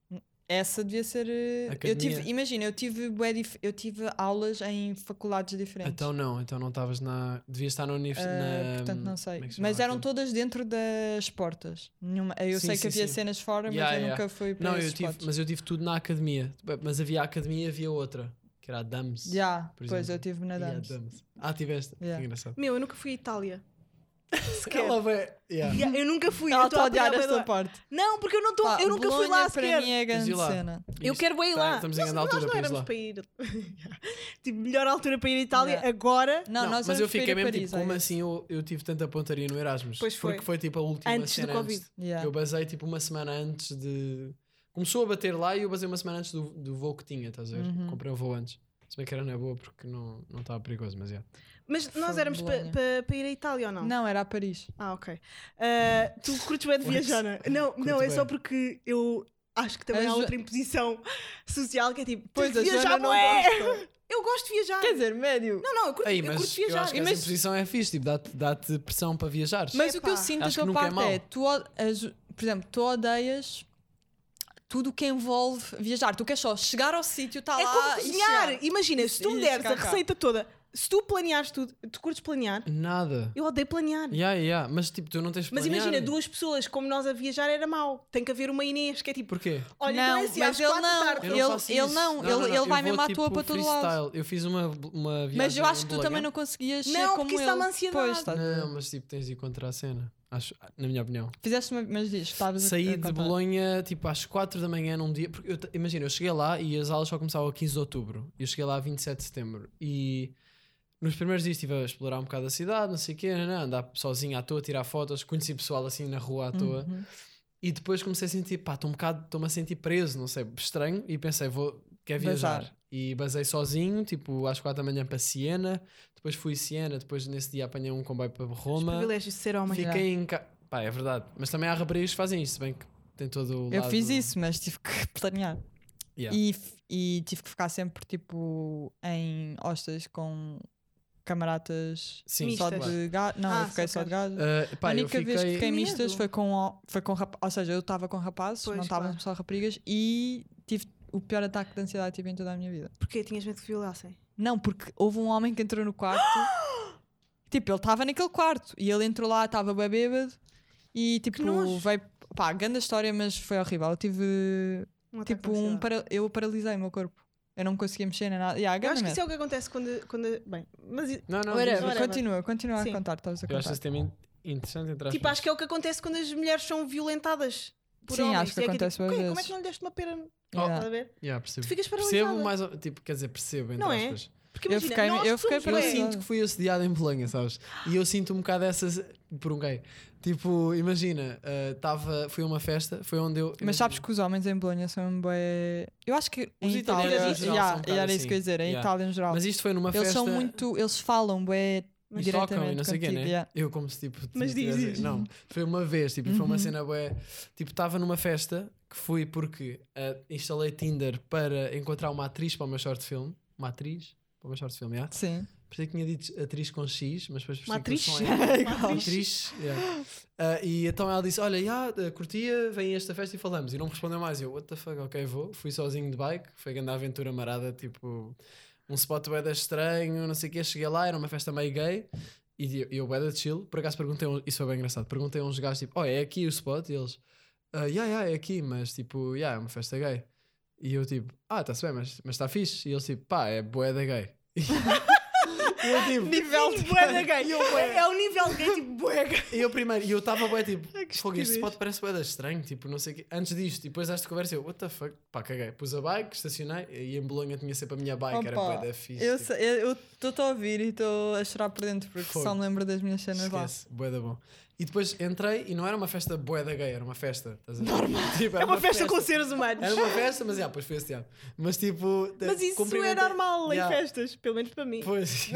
Speaker 4: Essa devia ser. eh, Eu
Speaker 3: Academia.
Speaker 4: tive, imagina, eu tive, bué dif- eu tive aulas em faculdades diferentes.
Speaker 3: Então não, então não estavas na. Devias estar na
Speaker 4: Ah,
Speaker 3: universidade.
Speaker 4: portanto, não sei.
Speaker 3: como é que se
Speaker 4: mas
Speaker 3: chama
Speaker 4: eram
Speaker 3: aquilo?
Speaker 4: todas dentro das portas. Nenhuma, eu
Speaker 3: Sim,
Speaker 4: sei
Speaker 3: sim,
Speaker 4: que havia
Speaker 3: sim.
Speaker 4: cenas fora, mas
Speaker 3: Yeah,
Speaker 4: eu
Speaker 3: yeah.
Speaker 4: nunca fui para
Speaker 3: Não, eu
Speaker 4: esses
Speaker 3: tive,
Speaker 4: spots.
Speaker 3: mas eu tive tudo na academia. Mas havia a academia e havia outra, que era a DAMS.
Speaker 4: Já,
Speaker 3: por
Speaker 4: pois eu
Speaker 3: exemplo.
Speaker 4: tive na
Speaker 3: E a
Speaker 4: Dams.
Speaker 3: DAMS. Ah, tiveste.
Speaker 4: Yeah.
Speaker 3: Que engraçado.
Speaker 2: Meu, eu nunca fui à
Speaker 4: [laughs]
Speaker 2: Itália. Sequer.
Speaker 3: Ela vai. Yeah.
Speaker 2: Yeah, eu nunca fui.
Speaker 4: Ela
Speaker 2: eu estou
Speaker 4: está a odiar
Speaker 2: apanhar
Speaker 4: esta
Speaker 2: bué da-
Speaker 4: parte.
Speaker 2: Não, porque eu, não estou
Speaker 4: Pá,
Speaker 2: eu nunca fui
Speaker 4: Bolonha,
Speaker 2: lá
Speaker 4: Para mim
Speaker 2: sequer.
Speaker 4: é grande
Speaker 3: Diz lá.
Speaker 4: cena.
Speaker 2: Eu
Speaker 3: Isto- tá,
Speaker 2: quero bem ir lá.
Speaker 3: Estamos em
Speaker 2: Nós-
Speaker 3: grande altura
Speaker 2: nós não
Speaker 3: para ir
Speaker 2: éramos
Speaker 3: lá.
Speaker 2: para ir. [laughs] tipo, melhor altura para ir à Itália
Speaker 4: Yeah.
Speaker 2: agora.
Speaker 4: Não,
Speaker 3: Não,
Speaker 4: nós
Speaker 3: mas eu
Speaker 4: éramos para ir
Speaker 3: fiquei
Speaker 4: a
Speaker 3: mesmo
Speaker 4: Paris,
Speaker 3: tipo,
Speaker 4: é
Speaker 3: como
Speaker 4: isso.
Speaker 3: assim eu, eu tive tanta pontaria no Erasmus?
Speaker 2: Pois foi.
Speaker 3: Porque foi tipo a última
Speaker 2: Antes do
Speaker 3: cena
Speaker 2: Covid.
Speaker 4: Yeah.
Speaker 3: Eu basei tipo uma semana antes de. Começou a bater lá e eu basei uma semana antes do, do voo que tinha, estás a ver?
Speaker 4: Uhum.
Speaker 3: Comprei um voo antes. Se bem que era na boa porque não não estava perigoso, mas é.
Speaker 2: Mas nós
Speaker 4: Foi
Speaker 2: éramos para
Speaker 4: Bolonha.
Speaker 2: ir à Itália ou não?
Speaker 4: Não, era a Paris.
Speaker 2: Ah, ok. Ah, tu curtes bem de
Speaker 3: Flex.
Speaker 2: viajar, não é? não?
Speaker 3: Curto
Speaker 2: Não, é
Speaker 3: bué.
Speaker 2: só porque eu acho que também
Speaker 4: A
Speaker 2: há
Speaker 4: Jo-
Speaker 2: outra imposição social que é tipo,
Speaker 4: Pois,
Speaker 2: pois
Speaker 4: a
Speaker 2: viajar
Speaker 4: Joana
Speaker 2: não
Speaker 4: não
Speaker 2: é. Eu gosto de viajar.
Speaker 4: Quer dizer, médio.
Speaker 2: não, não, eu curto,
Speaker 3: Aí,
Speaker 2: eu curto
Speaker 3: mas eu,
Speaker 2: viajar.
Speaker 3: acho que essa posição é fixe, tipo, dá-te dá-te pressão para viajares.
Speaker 4: Mas o que eu
Speaker 2: Epá.
Speaker 4: sinto da
Speaker 3: Acho que
Speaker 4: tua
Speaker 3: nunca é
Speaker 4: parte
Speaker 3: mau.
Speaker 4: é, tu, o- as- por exemplo, tu odeias tudo o que envolve viajar. Tu queres só chegar ao sítio, está
Speaker 2: É
Speaker 4: lá.
Speaker 2: como
Speaker 4: e chegar.
Speaker 2: cozinhar. Imagina, se tu
Speaker 4: e
Speaker 2: me deres a
Speaker 4: chegar cá.
Speaker 2: receita toda, se tu planeares tudo, tu curtes planear?
Speaker 3: Nada.
Speaker 2: Eu odeio planear.
Speaker 3: Yeah, yeah, mas tipo, tu não tens
Speaker 2: Mas
Speaker 3: planear.
Speaker 2: imagina, duas pessoas como nós a viajar era mau. Tem que haver uma Inês que é tipo,
Speaker 3: Porquê?
Speaker 2: olha, então
Speaker 4: não,
Speaker 2: é assim,
Speaker 4: mas
Speaker 2: às
Speaker 4: ele
Speaker 2: quatro da
Speaker 4: não,
Speaker 2: tarde.
Speaker 4: ele, ele não, ele, ele
Speaker 3: eu
Speaker 4: vai
Speaker 3: vou,
Speaker 4: mesmo à toa
Speaker 3: tipo,
Speaker 4: para todo lado.
Speaker 3: freestyle. Eu fiz uma, uma viagem.
Speaker 4: Mas eu
Speaker 3: em
Speaker 4: acho que tu também
Speaker 3: Bolonha.
Speaker 4: não conseguias ser
Speaker 2: Não,
Speaker 4: como
Speaker 2: porque isso
Speaker 4: ele.
Speaker 2: dá-me ansiedade.
Speaker 4: Pois, tá. estás a ver?
Speaker 3: é? Não, mas tipo, tens de ir contra a cena. Acho, na minha opinião.
Speaker 4: Fizeste uma, mas diz, estavas a- a
Speaker 3: Saí de
Speaker 4: contar.
Speaker 3: Bolonha tipo às 4 da manhã num dia. Porque eu te- imagina, eu cheguei lá e as aulas só começavam a 15 de outubro. E eu cheguei lá a 27 de setembro. E nos primeiros dias estive a explorar um bocado a cidade, não sei o quê, não, não, andar sozinho à toa, tirar fotos, conheci pessoal assim na rua à toa.
Speaker 4: Uhum.
Speaker 3: E depois comecei a sentir, pá, estou um bocado, estou-me a sentir preso, não sei, estranho. E pensei, vou, quer viajar.
Speaker 4: Bazar.
Speaker 3: E basei sozinho, tipo, às 4 da manhã para Siena. Depois fui a Siena, depois nesse dia apanhei um comboio para
Speaker 2: Os
Speaker 3: Roma.
Speaker 2: privilégios de ser homem.
Speaker 4: Fica-
Speaker 3: Fiquei em casa. Pá, é verdade. Mas também há raparigas que fazem isto, se bem que tem todo o.
Speaker 4: Eu
Speaker 3: lado-
Speaker 4: fiz isso, mas tive que [laughs] planear.
Speaker 3: Yeah.
Speaker 4: E, f- e tive que ficar sempre tipo em hostas com camaradas
Speaker 3: Sim,
Speaker 4: só
Speaker 2: Mistas.
Speaker 4: de gajo. Não,
Speaker 2: Ah,
Speaker 4: eu fiquei
Speaker 2: só
Speaker 4: só de
Speaker 2: de
Speaker 4: gajo.
Speaker 3: Ah, pá,
Speaker 4: a
Speaker 3: eu
Speaker 4: única
Speaker 3: fiquei.
Speaker 4: vez que fiquei
Speaker 2: Que
Speaker 4: mistas
Speaker 2: medo.
Speaker 4: foi com, foi com rapazes. Ou seja, eu estava com rapazes,
Speaker 2: Pois,
Speaker 4: não estavam
Speaker 2: claro.
Speaker 4: só raparigas e tive o pior ataque de ansiedade que tive em toda a minha vida.
Speaker 2: Porquê? Tinhas medo que violassem?
Speaker 4: Não, porque houve um homem que entrou no quarto.
Speaker 2: [gasps]
Speaker 4: tipo, ele estava naquele quarto e ele entrou lá, estava bem bêbado e tipo,
Speaker 2: nojo.
Speaker 4: veio. Pá, grande história, mas foi horrível. Eu tive
Speaker 2: Um ataque
Speaker 4: Tipo,
Speaker 2: de
Speaker 4: um
Speaker 2: ansiedade.
Speaker 4: para... eu paralisei o meu corpo. Eu não conseguia mexer nem nada. Yeah,
Speaker 2: Eu acho
Speaker 4: ganda
Speaker 2: que isso
Speaker 4: merda.
Speaker 2: é o que acontece quando. quando bem, mas. i-
Speaker 3: Não, não,
Speaker 4: Whatever,
Speaker 3: diz-
Speaker 2: Whatever.
Speaker 4: Continua, continua
Speaker 2: Sim.
Speaker 4: a contar. Estavas
Speaker 3: eu
Speaker 4: a
Speaker 3: acho é-
Speaker 4: contar.
Speaker 3: esse tema in- interessante. Entre
Speaker 2: Tipo,
Speaker 3: aspas.
Speaker 2: acho que é o que acontece quando as mulheres são violentadas. Por
Speaker 4: Sim,
Speaker 2: homens.
Speaker 4: acho que
Speaker 2: É
Speaker 4: acontece
Speaker 2: tipo,
Speaker 4: às
Speaker 2: "Ok, Como é
Speaker 4: vezes."
Speaker 2: que não lhe deste uma pera?
Speaker 4: Yeah.
Speaker 2: Estás a ver?
Speaker 3: Yeah, percebo.
Speaker 2: Tu ficas paralisada.
Speaker 3: Oh, Percebo mais. ou- Tipo, quer dizer, percebo. Entre
Speaker 2: Não é?
Speaker 3: aspas.
Speaker 2: Porque
Speaker 4: Eu
Speaker 2: imagina,
Speaker 4: fiquei-
Speaker 2: nós
Speaker 4: eu fiquei
Speaker 2: somos
Speaker 3: Eu
Speaker 4: paralisada.
Speaker 2: bué-
Speaker 3: sinto que fui assediado em Bolonha, sabes? E eu sinto um bocado essas. Por um gay. Tipo, imagina, ah, tava, foi a uma festa, foi onde eu.
Speaker 4: Mas sabes que os homens em Bolonha são bem. Eu acho que
Speaker 3: Os
Speaker 4: em Itália.
Speaker 3: italianos
Speaker 2: em
Speaker 3: geral são um
Speaker 4: yeah,
Speaker 3: bocado
Speaker 4: era isso que eu ia
Speaker 3: assim.
Speaker 4: dizer. Em
Speaker 3: Yeah.
Speaker 4: Itália em geral.
Speaker 3: Mas isto foi numa
Speaker 4: eles
Speaker 3: festa.
Speaker 4: são muito. Eles falam bem
Speaker 3: Mas
Speaker 4: diretamente.
Speaker 3: tocam e não sei o quê,
Speaker 4: contigo,
Speaker 3: né?
Speaker 4: yeah.
Speaker 3: Eu como se tipo.
Speaker 2: Mas
Speaker 3: tivesse-
Speaker 2: diz, diz.
Speaker 3: Não, foi uma vez, tipo, foi uma cena bué. Tipo, estava numa festa que fui porque ah, instalei Tinder para encontrar uma atriz para o meu short film. Uma atriz? Para o meu short film, yeah.
Speaker 4: Sim.
Speaker 3: Pensei que tinha dito atriz com X, mas depois
Speaker 2: Uma
Speaker 3: percebi que
Speaker 2: atriz.
Speaker 3: o som é- [laughs]
Speaker 2: Uma atriz.
Speaker 3: Atriz, yeah. Ah, e então ela disse: Olha, yeah, ah, curtia, vem a esta festa e falamos. E não me respondeu mais. Eu, what the fuck, ok, vou. Fui sozinho de bike, foi grande aventura marada, tipo, um spot beda estranho, não sei o quê. Cheguei lá, era uma festa meio gay. E eu- eu, beda chill. Por acaso perguntei, a um- isso foi bem engraçado. Perguntei a uns gajos, tipo, oh, é aqui o spot? E eles, ah, yeah, yeah, é aqui, mas tipo, yeah, é uma festa gay. E eu, tipo, ah, está-se bem, mas está fixe. E eles, tipo, pá, é boeda gay. [laughs] E eu, tipo,
Speaker 2: Sim, bué da gay. É o nível gay, tipo, bué gay.
Speaker 3: e eu primeiro, e eu estava bem tipo,
Speaker 2: que
Speaker 3: fogo,
Speaker 2: estupidez.
Speaker 3: este spot parece bem estranho, tipo, não sei o quê. Antes disto, e depois desta conversa, eu, what the fuck, pá, caguei. Pus a bike, estacionei, e em Bolonha tinha sempre a minha bike, era
Speaker 4: Opa,
Speaker 3: bué da fixe.
Speaker 4: Eu
Speaker 3: tipo,
Speaker 4: sei- eu estou a ouvir e estou a chorar por dentro porque
Speaker 3: Fogo.
Speaker 4: só me lembro das minhas
Speaker 2: é
Speaker 4: cenas lá.
Speaker 3: esquece, bué da bom. E depois entrei, e não era uma festa bué da gay, era uma festa, estás a ver? [laughs] Tipo,
Speaker 2: É uma festa com seres humanos.
Speaker 3: Era uma festa, mas, já, depois foi esse Mas, tipo... te-
Speaker 2: Mas isso é
Speaker 3: cumprimentei-
Speaker 2: normal em
Speaker 3: Yeah.
Speaker 2: festas, pelo menos para mim.
Speaker 4: [laughs]
Speaker 3: Pois.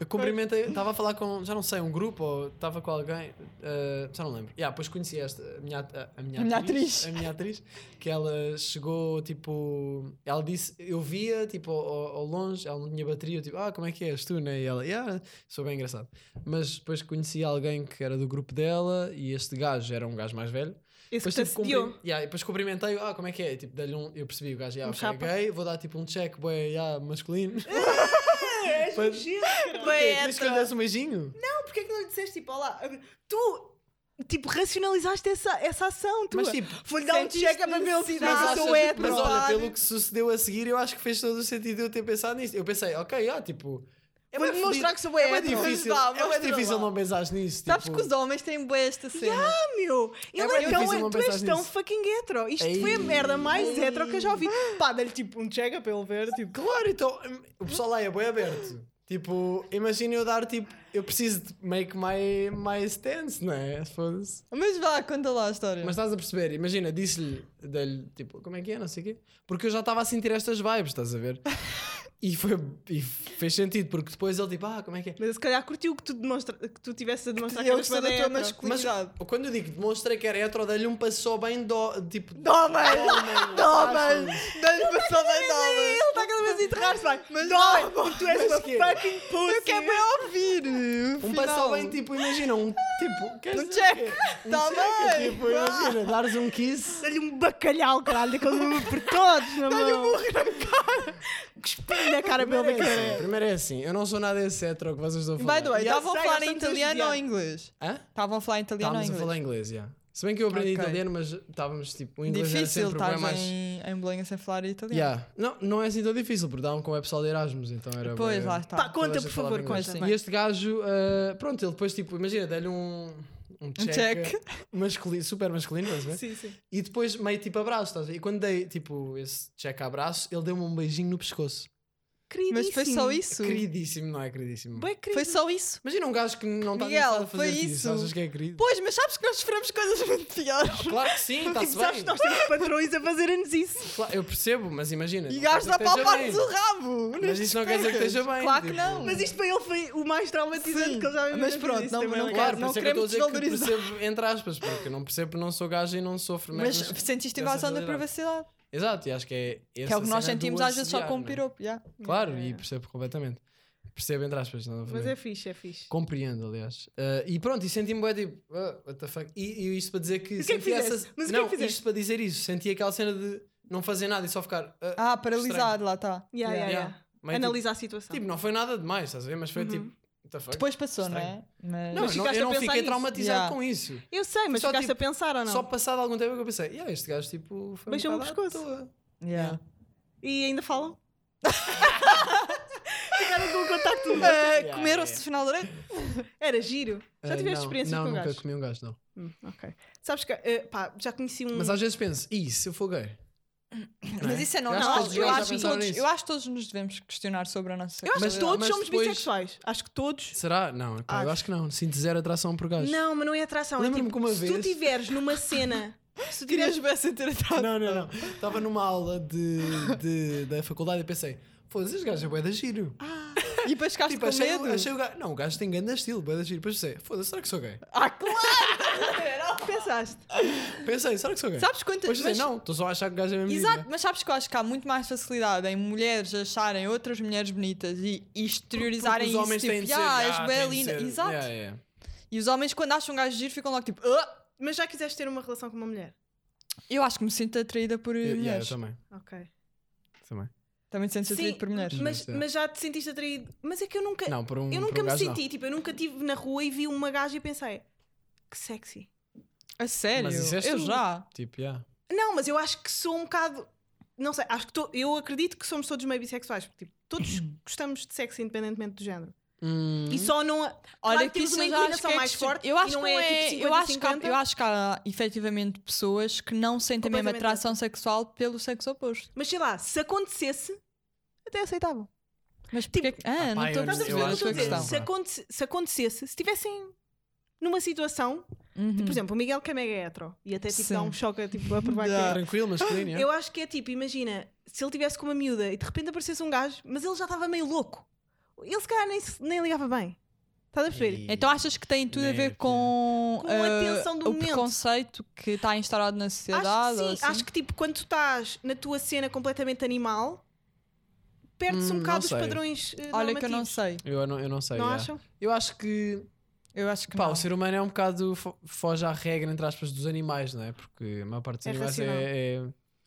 Speaker 3: Eu cumprimentei, estava a falar com, já não sei, um grupo ou estava com alguém, eh, já não lembro. Yeah, depois conheci esta, a minha, at- a, a minha,
Speaker 4: A minha atriz.
Speaker 3: A minha atriz, que ela chegou, tipo, ela disse, eu via, tipo, ao, ao longe, ela não tinha bateria, eu tipo, ah, como é que és tu, né? E ela, yeah, sou bem engraçado. Mas depois conheci alguém que era do grupo dela e este gajo era um gajo mais velho.
Speaker 2: Esse que
Speaker 3: Depois,
Speaker 2: te
Speaker 3: tipo,
Speaker 2: assediou.
Speaker 3: cumpri- yeah, e depois cumprimentei, ah, como é que é? E, Tipo, dei-lhe um, eu percebi, o gajo, yeah,
Speaker 2: Um
Speaker 3: ok,
Speaker 2: chapa.
Speaker 3: gay, vou dar tipo um check, boy, yeah, masculino. Pois-
Speaker 2: Bué
Speaker 3: Querias é que eu lhe
Speaker 2: hétero.
Speaker 3: desse um beijinho?
Speaker 2: Não, porque é que não lhe disseste tipo, olá, tu tipo, racionalizaste essa, essa ação, tu
Speaker 3: Mas, tipo,
Speaker 2: vou-lhe dar um
Speaker 4: sentiste
Speaker 2: check para ver se
Speaker 4: necessidade.
Speaker 2: mas eu sou
Speaker 3: achas-
Speaker 2: hétero.
Speaker 3: mas olha,
Speaker 2: otário.
Speaker 3: pelo que sucedeu a seguir, eu acho que fez todo o sentido eu ter pensado nisto. Eu pensei, ok, ah, tipo. É
Speaker 2: Vou
Speaker 3: bué
Speaker 2: demonstrar
Speaker 3: fodido.
Speaker 2: que sou bué
Speaker 3: é bué
Speaker 2: hétero.
Speaker 3: difícil,
Speaker 4: Mas vá,
Speaker 3: é bué
Speaker 4: mostra
Speaker 3: difícil
Speaker 4: lá.
Speaker 3: não pensares nisso.
Speaker 4: Sabes
Speaker 3: tipo,
Speaker 4: que os homens têm boa esta cena.
Speaker 2: Ah, meu, ele
Speaker 3: bué
Speaker 2: é, tão,
Speaker 3: difícil não
Speaker 2: tu és
Speaker 3: pensares
Speaker 2: tão
Speaker 3: nisso.
Speaker 2: fucking hetero. Isto
Speaker 3: Ei.
Speaker 2: foi a merda mais
Speaker 3: Ei.
Speaker 2: hetero que eu já ouvi. Pá, dá-lhe tipo um check para ele ver, tipo,
Speaker 3: Claro, então. hum, O pessoal lá é bem aberto. Tipo, imagina eu dar tipo. Eu preciso de make my, my stance, não é? Foda-se.
Speaker 4: Mas vá, conta lá a história.
Speaker 3: Mas estás a perceber, imagina, disse-lhe, dei-lhe, tipo, como é que é, não sei o quê, porque eu já estava a sentir estas vibes, estás a
Speaker 4: [laughs]
Speaker 3: ver? e, foi, e fez sentido, porque depois ele, tipo, ah, como é que é?
Speaker 2: mas se calhar curtiu que tu, demonstra, que tu tivesse a demonstrar
Speaker 4: eu
Speaker 2: eras
Speaker 4: gostei
Speaker 2: bué
Speaker 4: da tua
Speaker 2: hétero.
Speaker 3: Mas
Speaker 4: masculinidade.
Speaker 3: quando eu digo demonstrei que era hetero, dei-lhe um passou bem do, tipo,
Speaker 4: Domem! Domem!
Speaker 3: achas?
Speaker 4: [laughs] Dá-lhe passou bem
Speaker 2: Ele
Speaker 4: domem!
Speaker 2: está cada vez a enterrar-se, vai. Mas
Speaker 4: não,
Speaker 2: porque tu és
Speaker 3: mas
Speaker 2: uma
Speaker 3: quê?
Speaker 2: fucking pussy.
Speaker 4: Eu quero bem ouvir!
Speaker 3: Um passou bem, tipo, imagina, um tipo, quer
Speaker 4: Um
Speaker 3: dizer
Speaker 4: check.
Speaker 3: o quê? Um
Speaker 4: Tá
Speaker 3: check,
Speaker 4: bem.
Speaker 3: Tipo, imagina, dares um kiss.
Speaker 2: Dá-lhe um bacalhau, caralho, quando me por todos na mão. Dá-lhe um burro na cara. Cuspir na cara pelo
Speaker 3: Primeiro é, assim,
Speaker 2: bacalhau.
Speaker 3: primeiro é assim, eu não sou nada esse hetero que vocês estão a falar.
Speaker 4: By the way,
Speaker 2: Yeah,
Speaker 4: estavam a
Speaker 2: sei,
Speaker 4: falar
Speaker 2: nós
Speaker 4: em
Speaker 2: estamos a
Speaker 4: italiano ou
Speaker 2: judiar.
Speaker 4: em inglês?
Speaker 3: Hã?
Speaker 4: Estavam a falar em italiano
Speaker 3: Estávamos
Speaker 4: ou em
Speaker 3: a
Speaker 4: inglês?
Speaker 3: falar inglês, já. Se bem que eu aprendi
Speaker 4: Ok.
Speaker 3: italiano, mas estávamos tipo, o inglês era
Speaker 4: Difícil
Speaker 3: sempre bem
Speaker 4: estar
Speaker 3: mais.
Speaker 4: em, em Bolonha sem falar italiano.
Speaker 3: Yeah. Não, não é assim tão difícil, porque davam com o pessoal de Erasmus, então era
Speaker 4: Pois,
Speaker 3: bué-
Speaker 4: lá está.
Speaker 2: Pá,
Speaker 3: toda a
Speaker 2: conta,
Speaker 3: gente
Speaker 2: por
Speaker 3: falava
Speaker 2: favor,
Speaker 3: inglês.
Speaker 2: conta.
Speaker 3: E este gajo, ah, pronto, ele depois, tipo, imagina, dá-lhe um, um check,
Speaker 4: check.
Speaker 3: masculino, super masculino, estás a ver?
Speaker 2: Sim, sim.
Speaker 3: E depois meio tipo abraço, estás a ver? E quando dei, tipo, esse check a abraço, ele deu-me um beijinho no pescoço.
Speaker 2: Queridíssimo.
Speaker 4: Mas foi só isso?
Speaker 3: Queridíssimo, não é queridíssimo?
Speaker 2: Bué querido.
Speaker 4: Foi só isso?
Speaker 3: Imagina um gajo que não está
Speaker 4: Miguel,
Speaker 3: habituado a fazer
Speaker 4: foi isso.
Speaker 3: isso. Achas que é querido?
Speaker 4: Pois, mas sabes que nós sofremos coisas muito piores.
Speaker 3: Claro que
Speaker 4: [laughs]
Speaker 3: sim, está-se
Speaker 2: Tipo, sabes
Speaker 3: bem.
Speaker 2: que nós temos patrões a fazerem-nos isso.
Speaker 3: Claro, eu percebo, mas imagina.
Speaker 4: E
Speaker 3: não quer
Speaker 4: gajos
Speaker 3: dizer
Speaker 4: a
Speaker 3: que esteja
Speaker 4: palpar-nos
Speaker 3: bem.
Speaker 4: o rabo!
Speaker 3: Mas
Speaker 4: nestes
Speaker 3: isso não quer dizer que
Speaker 4: pecas.
Speaker 3: esteja bem.
Speaker 4: Claro que
Speaker 3: tipo.
Speaker 4: não!
Speaker 2: Mas isto para ele foi o mais traumatizante
Speaker 4: Sim,
Speaker 2: que ele já viu.
Speaker 4: mas pronto, não- não
Speaker 3: Claro,
Speaker 2: um
Speaker 4: não
Speaker 3: por isso é que eu
Speaker 4: queremos
Speaker 3: estou a dizer que
Speaker 4: desvalorizar.
Speaker 3: percebo, entre aspas, porque eu não percebo, não sou gajo e não sofro
Speaker 4: Mas
Speaker 3: merdas. dessa
Speaker 4: sentiste invasão da
Speaker 3: realidade.
Speaker 4: privacidade.
Speaker 3: Exato, e acho que é
Speaker 4: Que é o que nós sentimos às vezes só com um
Speaker 3: piropo.
Speaker 4: piropo. yeah.
Speaker 3: é? Claro,
Speaker 2: Yeah,
Speaker 3: e
Speaker 2: yeah.
Speaker 3: percebo completamente. Percebo, entre aspas, não
Speaker 2: Mas é fixe, é fixe.
Speaker 3: Compreendo, aliás. Ah, e pronto, e senti-me bué tipo, ah, what the fuck. E, e isto para dizer que.
Speaker 2: o que é que
Speaker 3: senti
Speaker 2: fizeste?
Speaker 3: essa-
Speaker 2: Mas o que é
Speaker 3: não,
Speaker 2: que fizeste?
Speaker 3: isto para dizer isso. Senti aquela cena de não fazer nada e só ficar. ah,
Speaker 4: Ah, paralisado, lá está.
Speaker 2: Yeah, yeah,
Speaker 3: yeah.
Speaker 2: yeah.
Speaker 3: meio tipo-
Speaker 2: Analisa a situação.
Speaker 3: Tipo, não foi nada demais, estás a ver? Mas foi tipo.
Speaker 4: Depois passou,
Speaker 3: Estranho.
Speaker 4: não é? Mas...
Speaker 3: Não,
Speaker 2: Mas
Speaker 3: não,
Speaker 2: ficaste
Speaker 3: eu
Speaker 2: a
Speaker 3: não
Speaker 2: pensar
Speaker 3: fiquei
Speaker 2: nisso?
Speaker 3: traumatizado
Speaker 4: Yeah. Ah,
Speaker 3: com isso.
Speaker 2: Eu sei, mas
Speaker 3: Só,
Speaker 2: ficaste
Speaker 3: tipo,
Speaker 2: a pensar ou não?
Speaker 3: Só passado algum tempo é que eu pensei, yeah, este gajo tipo foi
Speaker 2: Beijou-me
Speaker 3: um
Speaker 2: o
Speaker 3: bocado à
Speaker 2: pescoço."
Speaker 3: toa."
Speaker 4: [laughs] Yeah.
Speaker 2: E ainda falam? [laughs] Ficaram com o contacto.
Speaker 4: Uh, Comeram-se no final da noite?
Speaker 2: Era giro. Já
Speaker 3: Eh,
Speaker 2: tiveste
Speaker 3: não,
Speaker 2: experiência
Speaker 3: não,
Speaker 2: com
Speaker 3: nunca
Speaker 2: gajos?
Speaker 3: comi um gajo, não.
Speaker 2: Hum, ok. Sabes que, eh, pá, já conheci um...
Speaker 3: Mas às vezes penso, e se eu for gay?
Speaker 4: Mas isso é normal.
Speaker 2: Não, todos
Speaker 4: eu,
Speaker 2: já
Speaker 4: acho que
Speaker 3: pensaram
Speaker 4: todos,
Speaker 3: nisso.
Speaker 4: eu acho que todos nos devemos questionar sobre a nossa
Speaker 2: Eu acho
Speaker 3: Mas-
Speaker 2: que todos
Speaker 3: mas
Speaker 2: somos
Speaker 3: depois-
Speaker 2: bissexuais. Acho que todos...
Speaker 3: Será? Não, pá, eu
Speaker 2: Acho.
Speaker 3: acho que não. Sinto zero atração por gajos.
Speaker 2: Não, mas não é atração. É
Speaker 3: Lembro-me
Speaker 2: tipo,
Speaker 3: que uma
Speaker 2: se tu
Speaker 3: vez-
Speaker 2: tiveres numa cena... Se tu tiveres...
Speaker 4: Querias ver sem ter
Speaker 3: [laughs]
Speaker 4: atrás.
Speaker 3: Não, não, não. Estava numa aula de, de- da faculdade e pensei, foda-se, este gajo é bué da giro.
Speaker 4: E depois ficaste
Speaker 3: tipo,
Speaker 4: com
Speaker 3: achei,
Speaker 4: medo.
Speaker 3: achei o gajo. Não, o gajo tem grande estilo, bué da giro. Depois pensei, foda-se, será que sou gay?
Speaker 4: Ah, claro!
Speaker 2: Pensaste?
Speaker 3: Pensei, será que sou gay?
Speaker 4: Sabes quantas...
Speaker 3: Depois pensei,
Speaker 4: mas-
Speaker 3: não, estou só a achar que o gajo é mesmo
Speaker 4: Exato,
Speaker 3: giro.
Speaker 4: mas sabes que eu acho que há muito mais facilidade em mulheres acharem outras mulheres bonitas e, e exteriorizarem
Speaker 3: Porque os homens
Speaker 4: isso,
Speaker 3: têm
Speaker 4: tipo,
Speaker 3: de ser,
Speaker 4: "Ah, és
Speaker 3: ah,
Speaker 4: bué
Speaker 3: têm de
Speaker 4: linda."
Speaker 3: ser.
Speaker 4: Exato.
Speaker 3: Yeah, yeah.
Speaker 4: E os homens, quando acham um gajo giro, ficam logo tipo, "Ah!"
Speaker 2: Mas já quiseste ter uma relação com uma mulher?
Speaker 4: eu acho que me sinto atraída por eh,
Speaker 3: Eu, yeah, eu
Speaker 4: mulheres.
Speaker 3: também.
Speaker 2: Ok.
Speaker 3: também. Uhum.
Speaker 4: Também me sinto atraída
Speaker 2: Sim,
Speaker 4: por mulheres.
Speaker 2: Mas,
Speaker 3: Sim.
Speaker 2: mas já te sentiste atraído? Mas é que eu nunca...
Speaker 3: é? Não, por um,
Speaker 2: eu
Speaker 3: por
Speaker 2: nunca
Speaker 3: um
Speaker 2: me
Speaker 3: gajo, não.
Speaker 2: senti. Tipo, eu nunca estive na rua e vi uma gaja e pensei... Que sexy.
Speaker 4: A sério?
Speaker 3: Mas isso és
Speaker 4: eu
Speaker 3: tu.
Speaker 4: já.
Speaker 3: Tipo, yeah.
Speaker 2: Não, mas eu acho que sou um bocado. Não sei, acho que tô- eu acredito que somos todos meio bissexuais. porque, Tipo, todos
Speaker 3: Uhum.
Speaker 2: gostamos de sexo independentemente do género. E só não. Olha, claro, que temos
Speaker 4: isso
Speaker 2: uma
Speaker 4: eu já acho
Speaker 2: inclinação
Speaker 4: que é
Speaker 2: mais
Speaker 4: extremo.
Speaker 2: forte.
Speaker 4: Eu
Speaker 2: e
Speaker 4: acho
Speaker 2: não
Speaker 4: que não é.
Speaker 2: tipo
Speaker 4: eu, acho que há,
Speaker 2: 50-50.
Speaker 4: eu acho que há efetivamente pessoas que não sentem mesmo
Speaker 2: Completamente
Speaker 4: atração sexual pelo sexo oposto.
Speaker 2: Mas sei lá, se acontecesse, até aceitavam.
Speaker 4: Mas porquê que. Ah, não
Speaker 3: pá,
Speaker 4: estou a
Speaker 3: eu-
Speaker 2: Tipo, Estás a perceber o que
Speaker 4: perceber a
Speaker 2: eu
Speaker 3: acho
Speaker 2: estou
Speaker 4: sua
Speaker 2: a
Speaker 3: que
Speaker 2: dizer?
Speaker 4: questão.
Speaker 3: não.
Speaker 2: Se, aconte- se acontecesse, se estivessem numa situação,
Speaker 4: Uhum.
Speaker 3: Hum.
Speaker 2: tipo, por exemplo, o Miguel que é mega hétero e até tipo, dá
Speaker 4: Sim.
Speaker 2: um choque tipo, a provar que
Speaker 4: Yeah.
Speaker 2: é
Speaker 3: Tranquilo, masculino. yeah.
Speaker 2: Eu acho que é tipo, imagina, se ele tivesse com uma miúda e de repente aparecesse um gajo, mas ele já estava meio louco. Ele se calhar nem, se- nem ligava bem. Estás a perceber?
Speaker 3: E- né,
Speaker 4: Então achas que tem tudo a ver
Speaker 3: Népia.
Speaker 4: com,
Speaker 2: Com a
Speaker 4: ah,
Speaker 2: tensão do
Speaker 4: o
Speaker 2: momento.
Speaker 4: preconceito que está instaurado na
Speaker 2: Acho
Speaker 4: sociedade?
Speaker 2: que sim,
Speaker 4: ou assim?
Speaker 2: acho que tipo, quando tu estás na tua cena completamente animal, perde-se um
Speaker 3: Hum, não
Speaker 2: bocado os
Speaker 3: sei.
Speaker 2: padrões. eh,
Speaker 4: Olha que eu não
Speaker 2: normativos.
Speaker 4: sei.
Speaker 3: Eu não, eu não sei. é.
Speaker 2: Não
Speaker 3: yeah.
Speaker 2: acham?
Speaker 3: Eu acho que
Speaker 4: Eu acho que
Speaker 3: pá,
Speaker 4: não.
Speaker 3: o ser humano é um bocado fo- foge à regra, entre aspas, dos animais, não é? Porque a maior parte dos
Speaker 2: É
Speaker 3: animais
Speaker 2: racional.
Speaker 3: é, é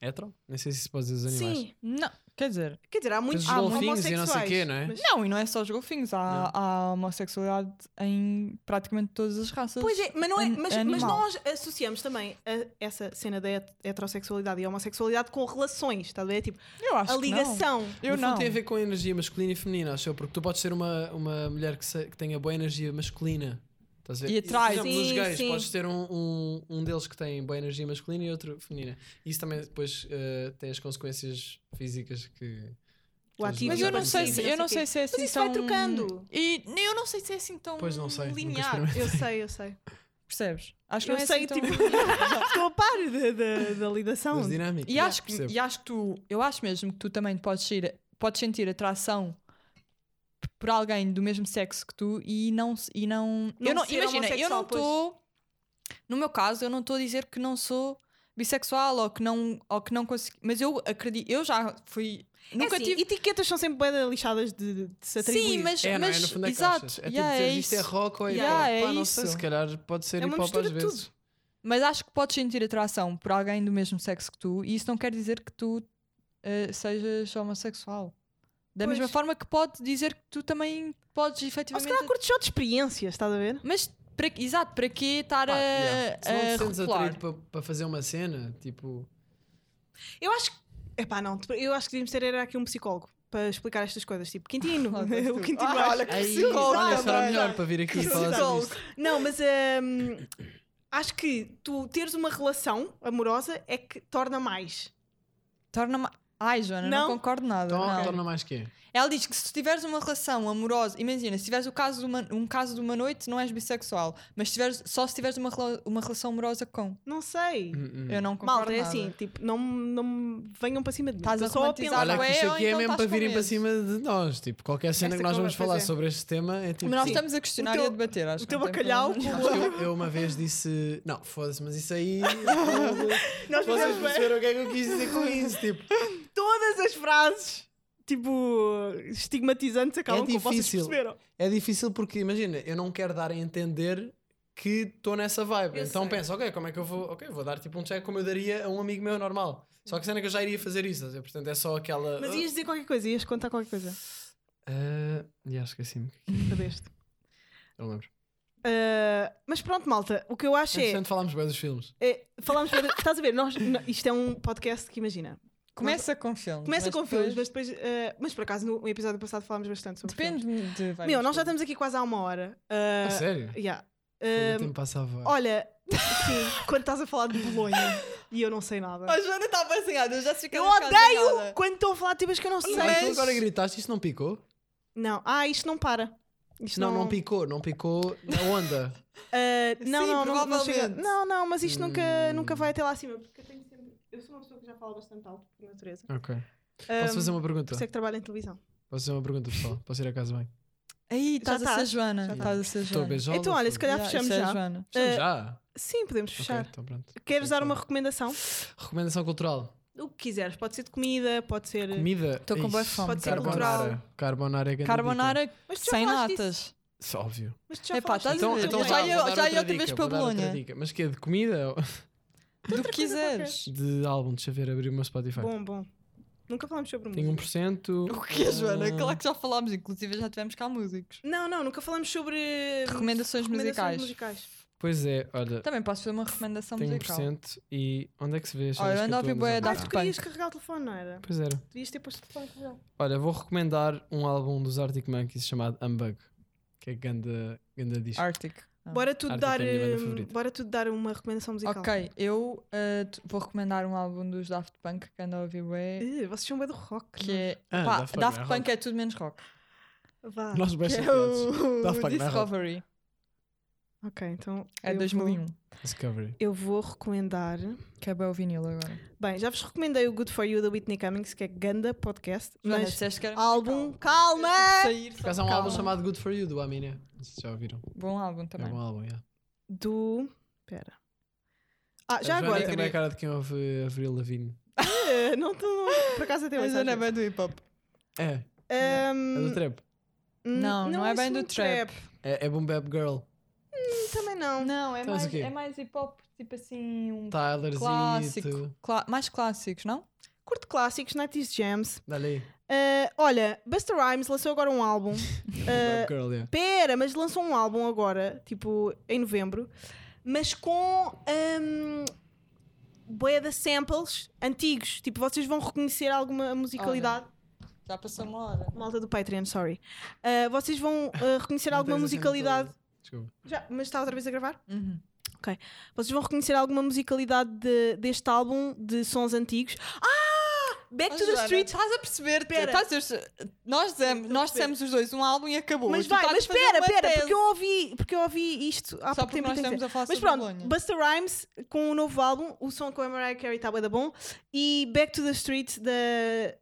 Speaker 3: hétero. Nem sei se se pode dizer dos animais.
Speaker 2: Sim,
Speaker 4: Não, quer dizer.
Speaker 2: quer dizer, há muitos
Speaker 3: os
Speaker 2: há
Speaker 3: golfinhos e
Speaker 2: homossexuais.
Speaker 3: não sei quê, não é?
Speaker 2: mas-
Speaker 4: Não, e não é só os golfinhos. Há, há homossexualidade em praticamente todas as raças.
Speaker 2: Pois é, mas, não é,
Speaker 4: An-
Speaker 2: mas, mas
Speaker 4: animal.
Speaker 2: nós associamos também a- essa cena da het- heterossexualidade e homossexualidade com relações, estás a ver? Tipo,
Speaker 4: Eu acho
Speaker 2: a
Speaker 4: que não.
Speaker 2: ligação.
Speaker 4: Eu
Speaker 3: no fundo
Speaker 4: não.
Speaker 3: tem a ver com a energia masculina e feminina, acho eu, porque tu podes ser uma, uma mulher que, se- que tenha boa energia masculina. Estás a ver?
Speaker 4: E atrai.
Speaker 3: Por exemplo,
Speaker 2: Sim,
Speaker 3: os gays,
Speaker 2: sim.
Speaker 3: podes ter um, um, um deles que tem boa energia masculina e outro feminina. Isso também depois eh, tem as consequências físicas que.
Speaker 2: O ativo
Speaker 4: Mas
Speaker 2: e o
Speaker 4: eu não sei
Speaker 2: passivo
Speaker 4: se,
Speaker 2: e
Speaker 4: eu não
Speaker 2: quê.
Speaker 4: sei se é assim
Speaker 2: isso
Speaker 4: tão...
Speaker 2: vai trocando.
Speaker 4: E nem- eu não sei se é assim tão
Speaker 3: Pois não sei, nunca
Speaker 4: linear.
Speaker 3: experimentei.
Speaker 2: Eu sei, eu [laughs] sei.
Speaker 4: Percebes? Acho que
Speaker 2: Eu
Speaker 4: não é
Speaker 2: sei,
Speaker 4: assim tão [laughs]
Speaker 2: tipo-
Speaker 4: linear.
Speaker 2: Estou a par da, da, da lidação.
Speaker 3: das dinâmicas.
Speaker 4: E acho, que,
Speaker 3: Percebo.
Speaker 4: e acho que tu, eu acho mesmo que tu também podes, ir, podes sentir atração p- por alguém do mesmo sexo que tu e não. se- E não,
Speaker 2: Não
Speaker 4: eu não
Speaker 2: ser
Speaker 4: imagina, eu não
Speaker 2: homossexual, pois.
Speaker 4: estou. No meu caso, eu não estou a dizer que não sou bissexual ou que não, ou que não consigo. Mas eu acredito, eu já fui. Nunca
Speaker 2: é assim,
Speaker 4: tive.
Speaker 2: Etiquetas são sempre bué de lixadas de, de se atribuir.
Speaker 4: Sim, mas.
Speaker 3: É, não é?
Speaker 4: mas
Speaker 3: No fundo é que
Speaker 4: exato.
Speaker 3: achas. É tipo
Speaker 4: yeah,
Speaker 3: dizer
Speaker 4: é
Speaker 3: isto é
Speaker 4: isso.
Speaker 3: rock ou é
Speaker 4: Yeah,
Speaker 3: hip hop. Pá,
Speaker 4: é
Speaker 3: não sei,
Speaker 4: isso.
Speaker 3: se calhar pode ser
Speaker 2: É uma
Speaker 3: hip hop
Speaker 2: mistura
Speaker 3: às
Speaker 2: de tudo.
Speaker 3: vezes.
Speaker 4: Mas acho que podes sentir atração por alguém do mesmo sexo que tu e isso não quer dizer que tu eh, sejas homossexual. Da
Speaker 2: Pois.
Speaker 4: mesma forma que pode dizer que tu também podes
Speaker 2: Ou se
Speaker 4: efetivamente.
Speaker 2: calhar curtes só de experiências, estás a ver?
Speaker 4: Mas, para, exato, para eh, que estar
Speaker 3: Pá,
Speaker 4: a,
Speaker 3: yeah. Se não
Speaker 4: a
Speaker 3: te sentes
Speaker 4: rotular?
Speaker 3: atraído para, para fazer uma cena, tipo.
Speaker 2: Eu acho que. Epá, não, eu acho que devíamos ter era aqui um psicólogo para explicar estas coisas. Tipo, [laughs] Quintino,
Speaker 4: Ah, pois
Speaker 2: o
Speaker 4: tu.
Speaker 2: Quintino
Speaker 4: Ah,
Speaker 2: acha.
Speaker 4: olha que
Speaker 3: Aí,
Speaker 4: psicólogo
Speaker 3: É olha, será
Speaker 4: também.
Speaker 3: melhor para vir aqui e falar sobre isto.
Speaker 2: Não, mas hum, acho que tu teres uma relação amorosa é que torna mais.
Speaker 4: Torna-me. Ai, Joana, não,
Speaker 2: Não?
Speaker 4: concordo nada.
Speaker 3: Então,
Speaker 4: não.
Speaker 3: torna mais quê?
Speaker 4: Ela diz que se tu tiveres uma relação amorosa, imagina, se tiveres o caso de uma- um caso de uma noite, não és bissexual, mas se tiveres, só se tiveres uma, rela- uma relação amorosa com.
Speaker 2: Não sei.
Speaker 4: Eu não concordo.
Speaker 2: Malta, é
Speaker 4: nada.
Speaker 2: assim, tipo, não, não me venham para cima de mim.
Speaker 4: Estás a
Speaker 2: Estou só a
Speaker 4: romantizar
Speaker 2: pensar.
Speaker 3: Olha,
Speaker 4: Ou
Speaker 3: que
Speaker 4: é,
Speaker 3: isto
Speaker 4: ou
Speaker 3: aqui é
Speaker 4: então
Speaker 3: mesmo para
Speaker 4: estás com
Speaker 3: virem para
Speaker 4: meses.
Speaker 3: cima de nós. Tipo, qualquer cena
Speaker 2: Esta
Speaker 3: que nós vamos
Speaker 2: conversa,
Speaker 3: falar
Speaker 2: pois é.
Speaker 3: sobre este tema é tipo.
Speaker 4: Mas nós
Speaker 3: sim.
Speaker 4: estamos a questionar
Speaker 2: O teu-
Speaker 4: e a debater, acho
Speaker 2: o
Speaker 4: que
Speaker 2: teu
Speaker 4: não tem
Speaker 2: bacalhau
Speaker 4: problema.
Speaker 2: com
Speaker 3: Acho que eu, eu uma vez disse. Não, foda-se, mas isso
Speaker 4: [laughs]
Speaker 3: aí. tipo,
Speaker 2: Nós
Speaker 3: Vocês
Speaker 2: fizemos bem.
Speaker 3: perceberam o que é que eu quis dizer com isso? Tipo,
Speaker 2: todas as frases, tipo, estigmatizantes acabam com vocês
Speaker 3: difícil.
Speaker 2: perceberam.
Speaker 3: é difícil porque, imagina, eu não quero dar a entender que estou nessa vibe.
Speaker 2: Eu
Speaker 3: então
Speaker 2: sei.
Speaker 3: penso, ok, como é que eu vou. Ok, vou dar tipo um check como eu daria a um amigo meu normal. Só que a cena é que eu já iria fazer isso. estás a ver? Portanto, é só aquela.
Speaker 2: Mas ias dizer qualquer coisa, ias contar qualquer coisa.
Speaker 3: Ah, já esqueci-me.
Speaker 2: Cadê este?
Speaker 3: Eu lembro.
Speaker 2: Ah, mas pronto, malta, o que eu acho
Speaker 3: É
Speaker 2: é.
Speaker 3: interessante falarmos bem dos filmes.
Speaker 2: é falamos, estás a ver, nós, n- isto é um podcast que imagina.
Speaker 4: Começa com filmes.
Speaker 2: Começa
Speaker 4: mas
Speaker 2: com filmes,
Speaker 4: depois-
Speaker 2: mas depois. ah, mas por acaso, no episódio passado falámos bastante sobre
Speaker 4: Depende
Speaker 2: filmes.
Speaker 4: de várias
Speaker 2: Meu, nós já
Speaker 4: coisas.
Speaker 2: estamos aqui quase há uma hora.
Speaker 3: A
Speaker 2: Ah,
Speaker 3: sério?
Speaker 2: yeah.
Speaker 3: Fogo,
Speaker 2: Ah,
Speaker 3: o tempo passava.
Speaker 2: Olha, sim, quando estás a falar de Bolonha [laughs] e eu não sei nada.
Speaker 4: A Joana está apazinhada, eu já fiquei
Speaker 2: Eu
Speaker 4: um bocado
Speaker 2: odeio
Speaker 4: zangada.
Speaker 2: quando estão a falar de temas que eu não sei.
Speaker 3: Ah, tu
Speaker 4: mas-
Speaker 3: agora gritaste, isso não picou?
Speaker 2: Não, ah, isto não para. Isto
Speaker 3: Não, não picou, não picou na
Speaker 4: [laughs]
Speaker 3: onda.
Speaker 2: Ah, não,
Speaker 4: Sim,
Speaker 2: não, não, não chega.
Speaker 4: provavelmente.
Speaker 2: Não, não, mas isto nunca,
Speaker 3: Hum.
Speaker 2: nunca vai até lá acima. Porque eu tenho sempre. Eu sou uma pessoa que já fala bastante alto por natureza.
Speaker 3: ok.
Speaker 4: Um,
Speaker 2: Ah,
Speaker 3: Posso fazer uma
Speaker 2: Por
Speaker 3: pergunta?
Speaker 2: isso é que trabalho em televisão.
Speaker 3: Posso fazer uma pergunta, pessoal? Posso ir a casa bem?
Speaker 4: Aí, estás a ser
Speaker 2: estás.
Speaker 4: Joana.
Speaker 2: tá. Já
Speaker 4: Estás a ser
Speaker 3: Estou a
Speaker 4: Joana.
Speaker 3: beijola.
Speaker 2: então, olha, se
Speaker 3: fogo.
Speaker 2: calhar
Speaker 4: Já,
Speaker 2: fechamos
Speaker 4: isso é a
Speaker 2: já.
Speaker 4: Joana.
Speaker 3: Estamos
Speaker 2: Ah,
Speaker 3: já?
Speaker 2: Sim, podemos
Speaker 3: Ok,
Speaker 2: fechar.
Speaker 3: então pronto.
Speaker 2: Queres
Speaker 3: Sim,
Speaker 2: dar uma
Speaker 3: sim.
Speaker 2: recomendação?
Speaker 3: Recomendação cultural.
Speaker 2: O que quiseres. Pode ser de comida, pode ser.
Speaker 3: Comida.
Speaker 4: Estou Eh, com boa
Speaker 3: Ixi,
Speaker 4: fome.
Speaker 2: Pode ser
Speaker 3: Carbonara.
Speaker 2: cultural.
Speaker 3: Carbonara é grande
Speaker 4: Carbonara
Speaker 2: Mas tu já
Speaker 4: sem
Speaker 2: falaste disso.
Speaker 4: natas.
Speaker 3: dica. é Óbvio.
Speaker 2: Mas tu já
Speaker 4: Epá,
Speaker 2: falaste
Speaker 4: estás
Speaker 2: disso.
Speaker 4: a ver?
Speaker 3: então
Speaker 4: Eu eh, já
Speaker 3: vá,
Speaker 4: ia-
Speaker 3: vou dar
Speaker 4: já ia
Speaker 3: outra
Speaker 4: outra vez
Speaker 3: dica,
Speaker 4: para
Speaker 3: vou dar outra
Speaker 4: Bolonha.
Speaker 3: dica. Mas que é de comida?
Speaker 2: Então
Speaker 4: Do que quiseres.
Speaker 3: De álbum, deixa eu ver, abrir o meu Spotify.
Speaker 2: Bom, bom. Nunca falámos sobre
Speaker 3: Tenho
Speaker 2: música.
Speaker 3: 1%.
Speaker 4: O que é, Joana?
Speaker 3: Ah,
Speaker 4: Claro que já falámos, inclusive já tivemos cá músicos.
Speaker 2: Não, não, nunca falámos sobre.
Speaker 4: Recomendações musicais.
Speaker 3: Pois é, olha,
Speaker 4: Também posso fazer uma recomendação
Speaker 3: tenho
Speaker 4: musical.
Speaker 3: 1% e onde é que se vê? as
Speaker 4: Olha,
Speaker 3: cenas que
Speaker 4: anda
Speaker 3: eu
Speaker 4: a
Speaker 3: estou
Speaker 4: ouvir bué
Speaker 3: nos
Speaker 4: da-
Speaker 2: Ah,
Speaker 3: álbuns?
Speaker 2: tu
Speaker 4: Daft
Speaker 2: querias
Speaker 4: Punk. Ah.
Speaker 2: carregar o telefone, não era?
Speaker 3: Pois era.
Speaker 2: Devias ter posto o telefone carregado.
Speaker 3: Olha, vou recomendar um álbum dos Arctic Monkeys chamado Humbug, que é ganda, ganda disco.
Speaker 4: Arctic. Ah.
Speaker 2: Bora tudo
Speaker 3: Arctic
Speaker 2: dar.
Speaker 3: é a minha banda
Speaker 2: hum,
Speaker 3: favorita.
Speaker 2: bora tudo dar uma recomendação musical.
Speaker 4: Ok, eu ah, t- vou recomendar um álbum dos Daft Punk que anda a ouvir bué,
Speaker 2: Ih, Eh, vocês são bem do rock.
Speaker 4: que é...
Speaker 3: Ah,
Speaker 4: pá,
Speaker 3: Daft
Speaker 4: Daft,
Speaker 3: Punk não é
Speaker 4: Punk é tudo menos rock.
Speaker 2: não é? Vá.
Speaker 3: Nós bem
Speaker 4: Que é
Speaker 3: chateados.
Speaker 4: o
Speaker 2: [laughs]
Speaker 3: Daft Punk não é rock.
Speaker 4: Discovery.
Speaker 2: Ok, então.
Speaker 4: É
Speaker 2: eu
Speaker 4: 2001.
Speaker 3: Discovery.
Speaker 2: vou- Eu vou recomendar.
Speaker 4: Que é bué o vinil agora.
Speaker 2: Bem, já vos recomendei o Good For You da Whitney Cummings, que é Ganda Podcast.
Speaker 4: Joana,
Speaker 2: Mas.
Speaker 4: disseste que era
Speaker 2: Álbum.
Speaker 4: musical.
Speaker 2: Calma!
Speaker 4: Sair,
Speaker 3: Por acaso há um álbum
Speaker 4: calma.
Speaker 3: chamado Good For You, do Aminé. Não sei se já ouviram.
Speaker 4: Bom álbum
Speaker 3: É um
Speaker 4: também.
Speaker 3: bom álbum, yeah.
Speaker 2: Do. Pera. Ah, já
Speaker 3: A Joana
Speaker 2: agora.
Speaker 3: tem bem a cara de quem ouve Avril Lavigne.
Speaker 2: [laughs] Eh, Não estou. Por acaso até
Speaker 4: Mas
Speaker 2: hoje.
Speaker 4: não é bem do hip-hop.
Speaker 3: É, é
Speaker 2: Ehm,
Speaker 4: Hum.
Speaker 3: do trap.
Speaker 4: Não, não é bem do trap.
Speaker 3: É, é Boom Bap Girl.
Speaker 2: um Hum, Também não.
Speaker 4: Não, é
Speaker 3: Então, mas
Speaker 4: mais,
Speaker 3: o quê?
Speaker 4: é mais hip-hop, tipo assim, um
Speaker 3: Tyler
Speaker 4: clássico.
Speaker 3: Zito.
Speaker 4: Clá- mais clássicos, não?
Speaker 2: Curto clássicos, 90s Jams.
Speaker 4: Eh,
Speaker 3: Dá-lhe aí.
Speaker 2: Ah, olha, Buster Rhymes lançou agora um álbum.
Speaker 3: Boom
Speaker 2: Eh,
Speaker 3: Bap Girl, yeah.
Speaker 2: Pera, mas lançou um álbum agora, tipo, em novembro, mas com um, bué de samples antigos. Tipo, vocês vão reconhecer alguma musicalidade.
Speaker 4: Já passou uma hora.
Speaker 2: Malta do Patreon, sorry. Ah, vocês vão ah, reconhecer
Speaker 3: Não
Speaker 2: alguma
Speaker 3: tens assim a cena
Speaker 2: musicalidade.
Speaker 3: toda. Desculpa.
Speaker 2: Já, mas está outra vez a gravar?
Speaker 4: Uhum.
Speaker 2: Vocês vão reconhecer alguma musicalidade de- deste álbum de sons antigos. Ah! Back to the Street.
Speaker 4: estás a perceber?
Speaker 2: Pera.
Speaker 4: Estás a perceber- Nós, dizemos,
Speaker 2: a
Speaker 4: nós
Speaker 2: perceber.
Speaker 4: dissemos os dois um álbum e acabou.
Speaker 2: Mas
Speaker 4: E tu
Speaker 2: vai,
Speaker 4: estás a
Speaker 2: mas
Speaker 4: fazer
Speaker 2: espera,
Speaker 4: uma
Speaker 2: espera,
Speaker 4: tese.
Speaker 2: porque eu ouvi, porque eu ouvi isto há
Speaker 4: Só
Speaker 2: pouco
Speaker 4: porque
Speaker 2: tempo.
Speaker 4: nós
Speaker 2: e tenho que dizer.
Speaker 4: estamos a falar
Speaker 2: mas
Speaker 4: sobre
Speaker 2: pronto,
Speaker 4: Bolonha.
Speaker 2: Buster Rhymes com o novo álbum, o som com a Mariah Carey está bué da bom e Back to the Street da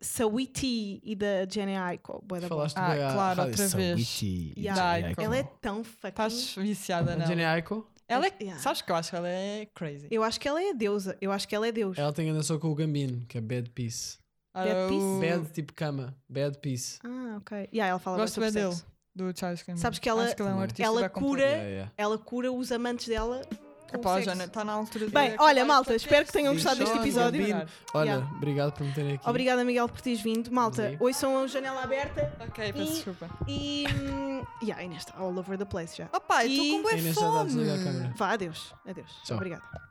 Speaker 2: Sawiti e da Jenny Aiko, bué da bom.
Speaker 3: Falaste
Speaker 4: Ah,
Speaker 3: bem à
Speaker 4: claro,
Speaker 3: rádio
Speaker 4: outra vez.
Speaker 3: Sawichi e
Speaker 2: Yeah.
Speaker 3: Jenny Aiko.
Speaker 2: Ela é tão fucking...
Speaker 4: Estás viciada,
Speaker 3: A Jenny
Speaker 4: não?
Speaker 3: Aiko,
Speaker 4: Ela é,
Speaker 2: Yeah.
Speaker 4: Sabes que eu acho que ela é crazy.
Speaker 2: Eu acho que ela é deusa, eu acho que ela é deus.
Speaker 3: ela tem ainda só com o Gambino, que é Bad Piece.
Speaker 4: Ora,
Speaker 2: Bad Piece?
Speaker 4: é o-
Speaker 3: Bad tipo cama, Bad Piece.
Speaker 2: Ah, ok. Yeah, ela fala
Speaker 4: Gosto
Speaker 2: bué
Speaker 4: bem
Speaker 2: sobre
Speaker 4: dele,
Speaker 2: sexo.
Speaker 4: do Charles Gambino.
Speaker 2: Sabes que ela-
Speaker 4: Acho que ela é um
Speaker 3: Também.
Speaker 4: artista
Speaker 2: Ela
Speaker 4: bué completo.
Speaker 2: cura- Yeah, Ela cura os amantes dela com o
Speaker 4: Epá,
Speaker 2: sexo.
Speaker 4: Joana, está na altura de
Speaker 2: Bem,
Speaker 4: acabar
Speaker 2: olha,
Speaker 4: este
Speaker 2: malta,
Speaker 4: podcast.
Speaker 2: espero que tenham gostado
Speaker 3: Diz
Speaker 2: deste
Speaker 3: só,
Speaker 2: episódio.
Speaker 3: Gambino. Olha,
Speaker 2: Yeah.
Speaker 3: obrigado por me terem aqui.
Speaker 2: Obrigada, Miguel, por teres vindo. Malta,
Speaker 3: Sim.
Speaker 2: ouçam a janela aberta
Speaker 4: Ok,
Speaker 2: E-
Speaker 4: peço desculpa.
Speaker 2: e. hum, yeah, a Inês está all over the place já.
Speaker 4: Opa,
Speaker 2: E-
Speaker 4: estou com
Speaker 3: A
Speaker 4: bué
Speaker 3: Inês já dá a
Speaker 4: fome.
Speaker 3: desligar a câmera.
Speaker 2: Vá, adeus. Adeus.
Speaker 3: Tchau.
Speaker 2: Obrigada.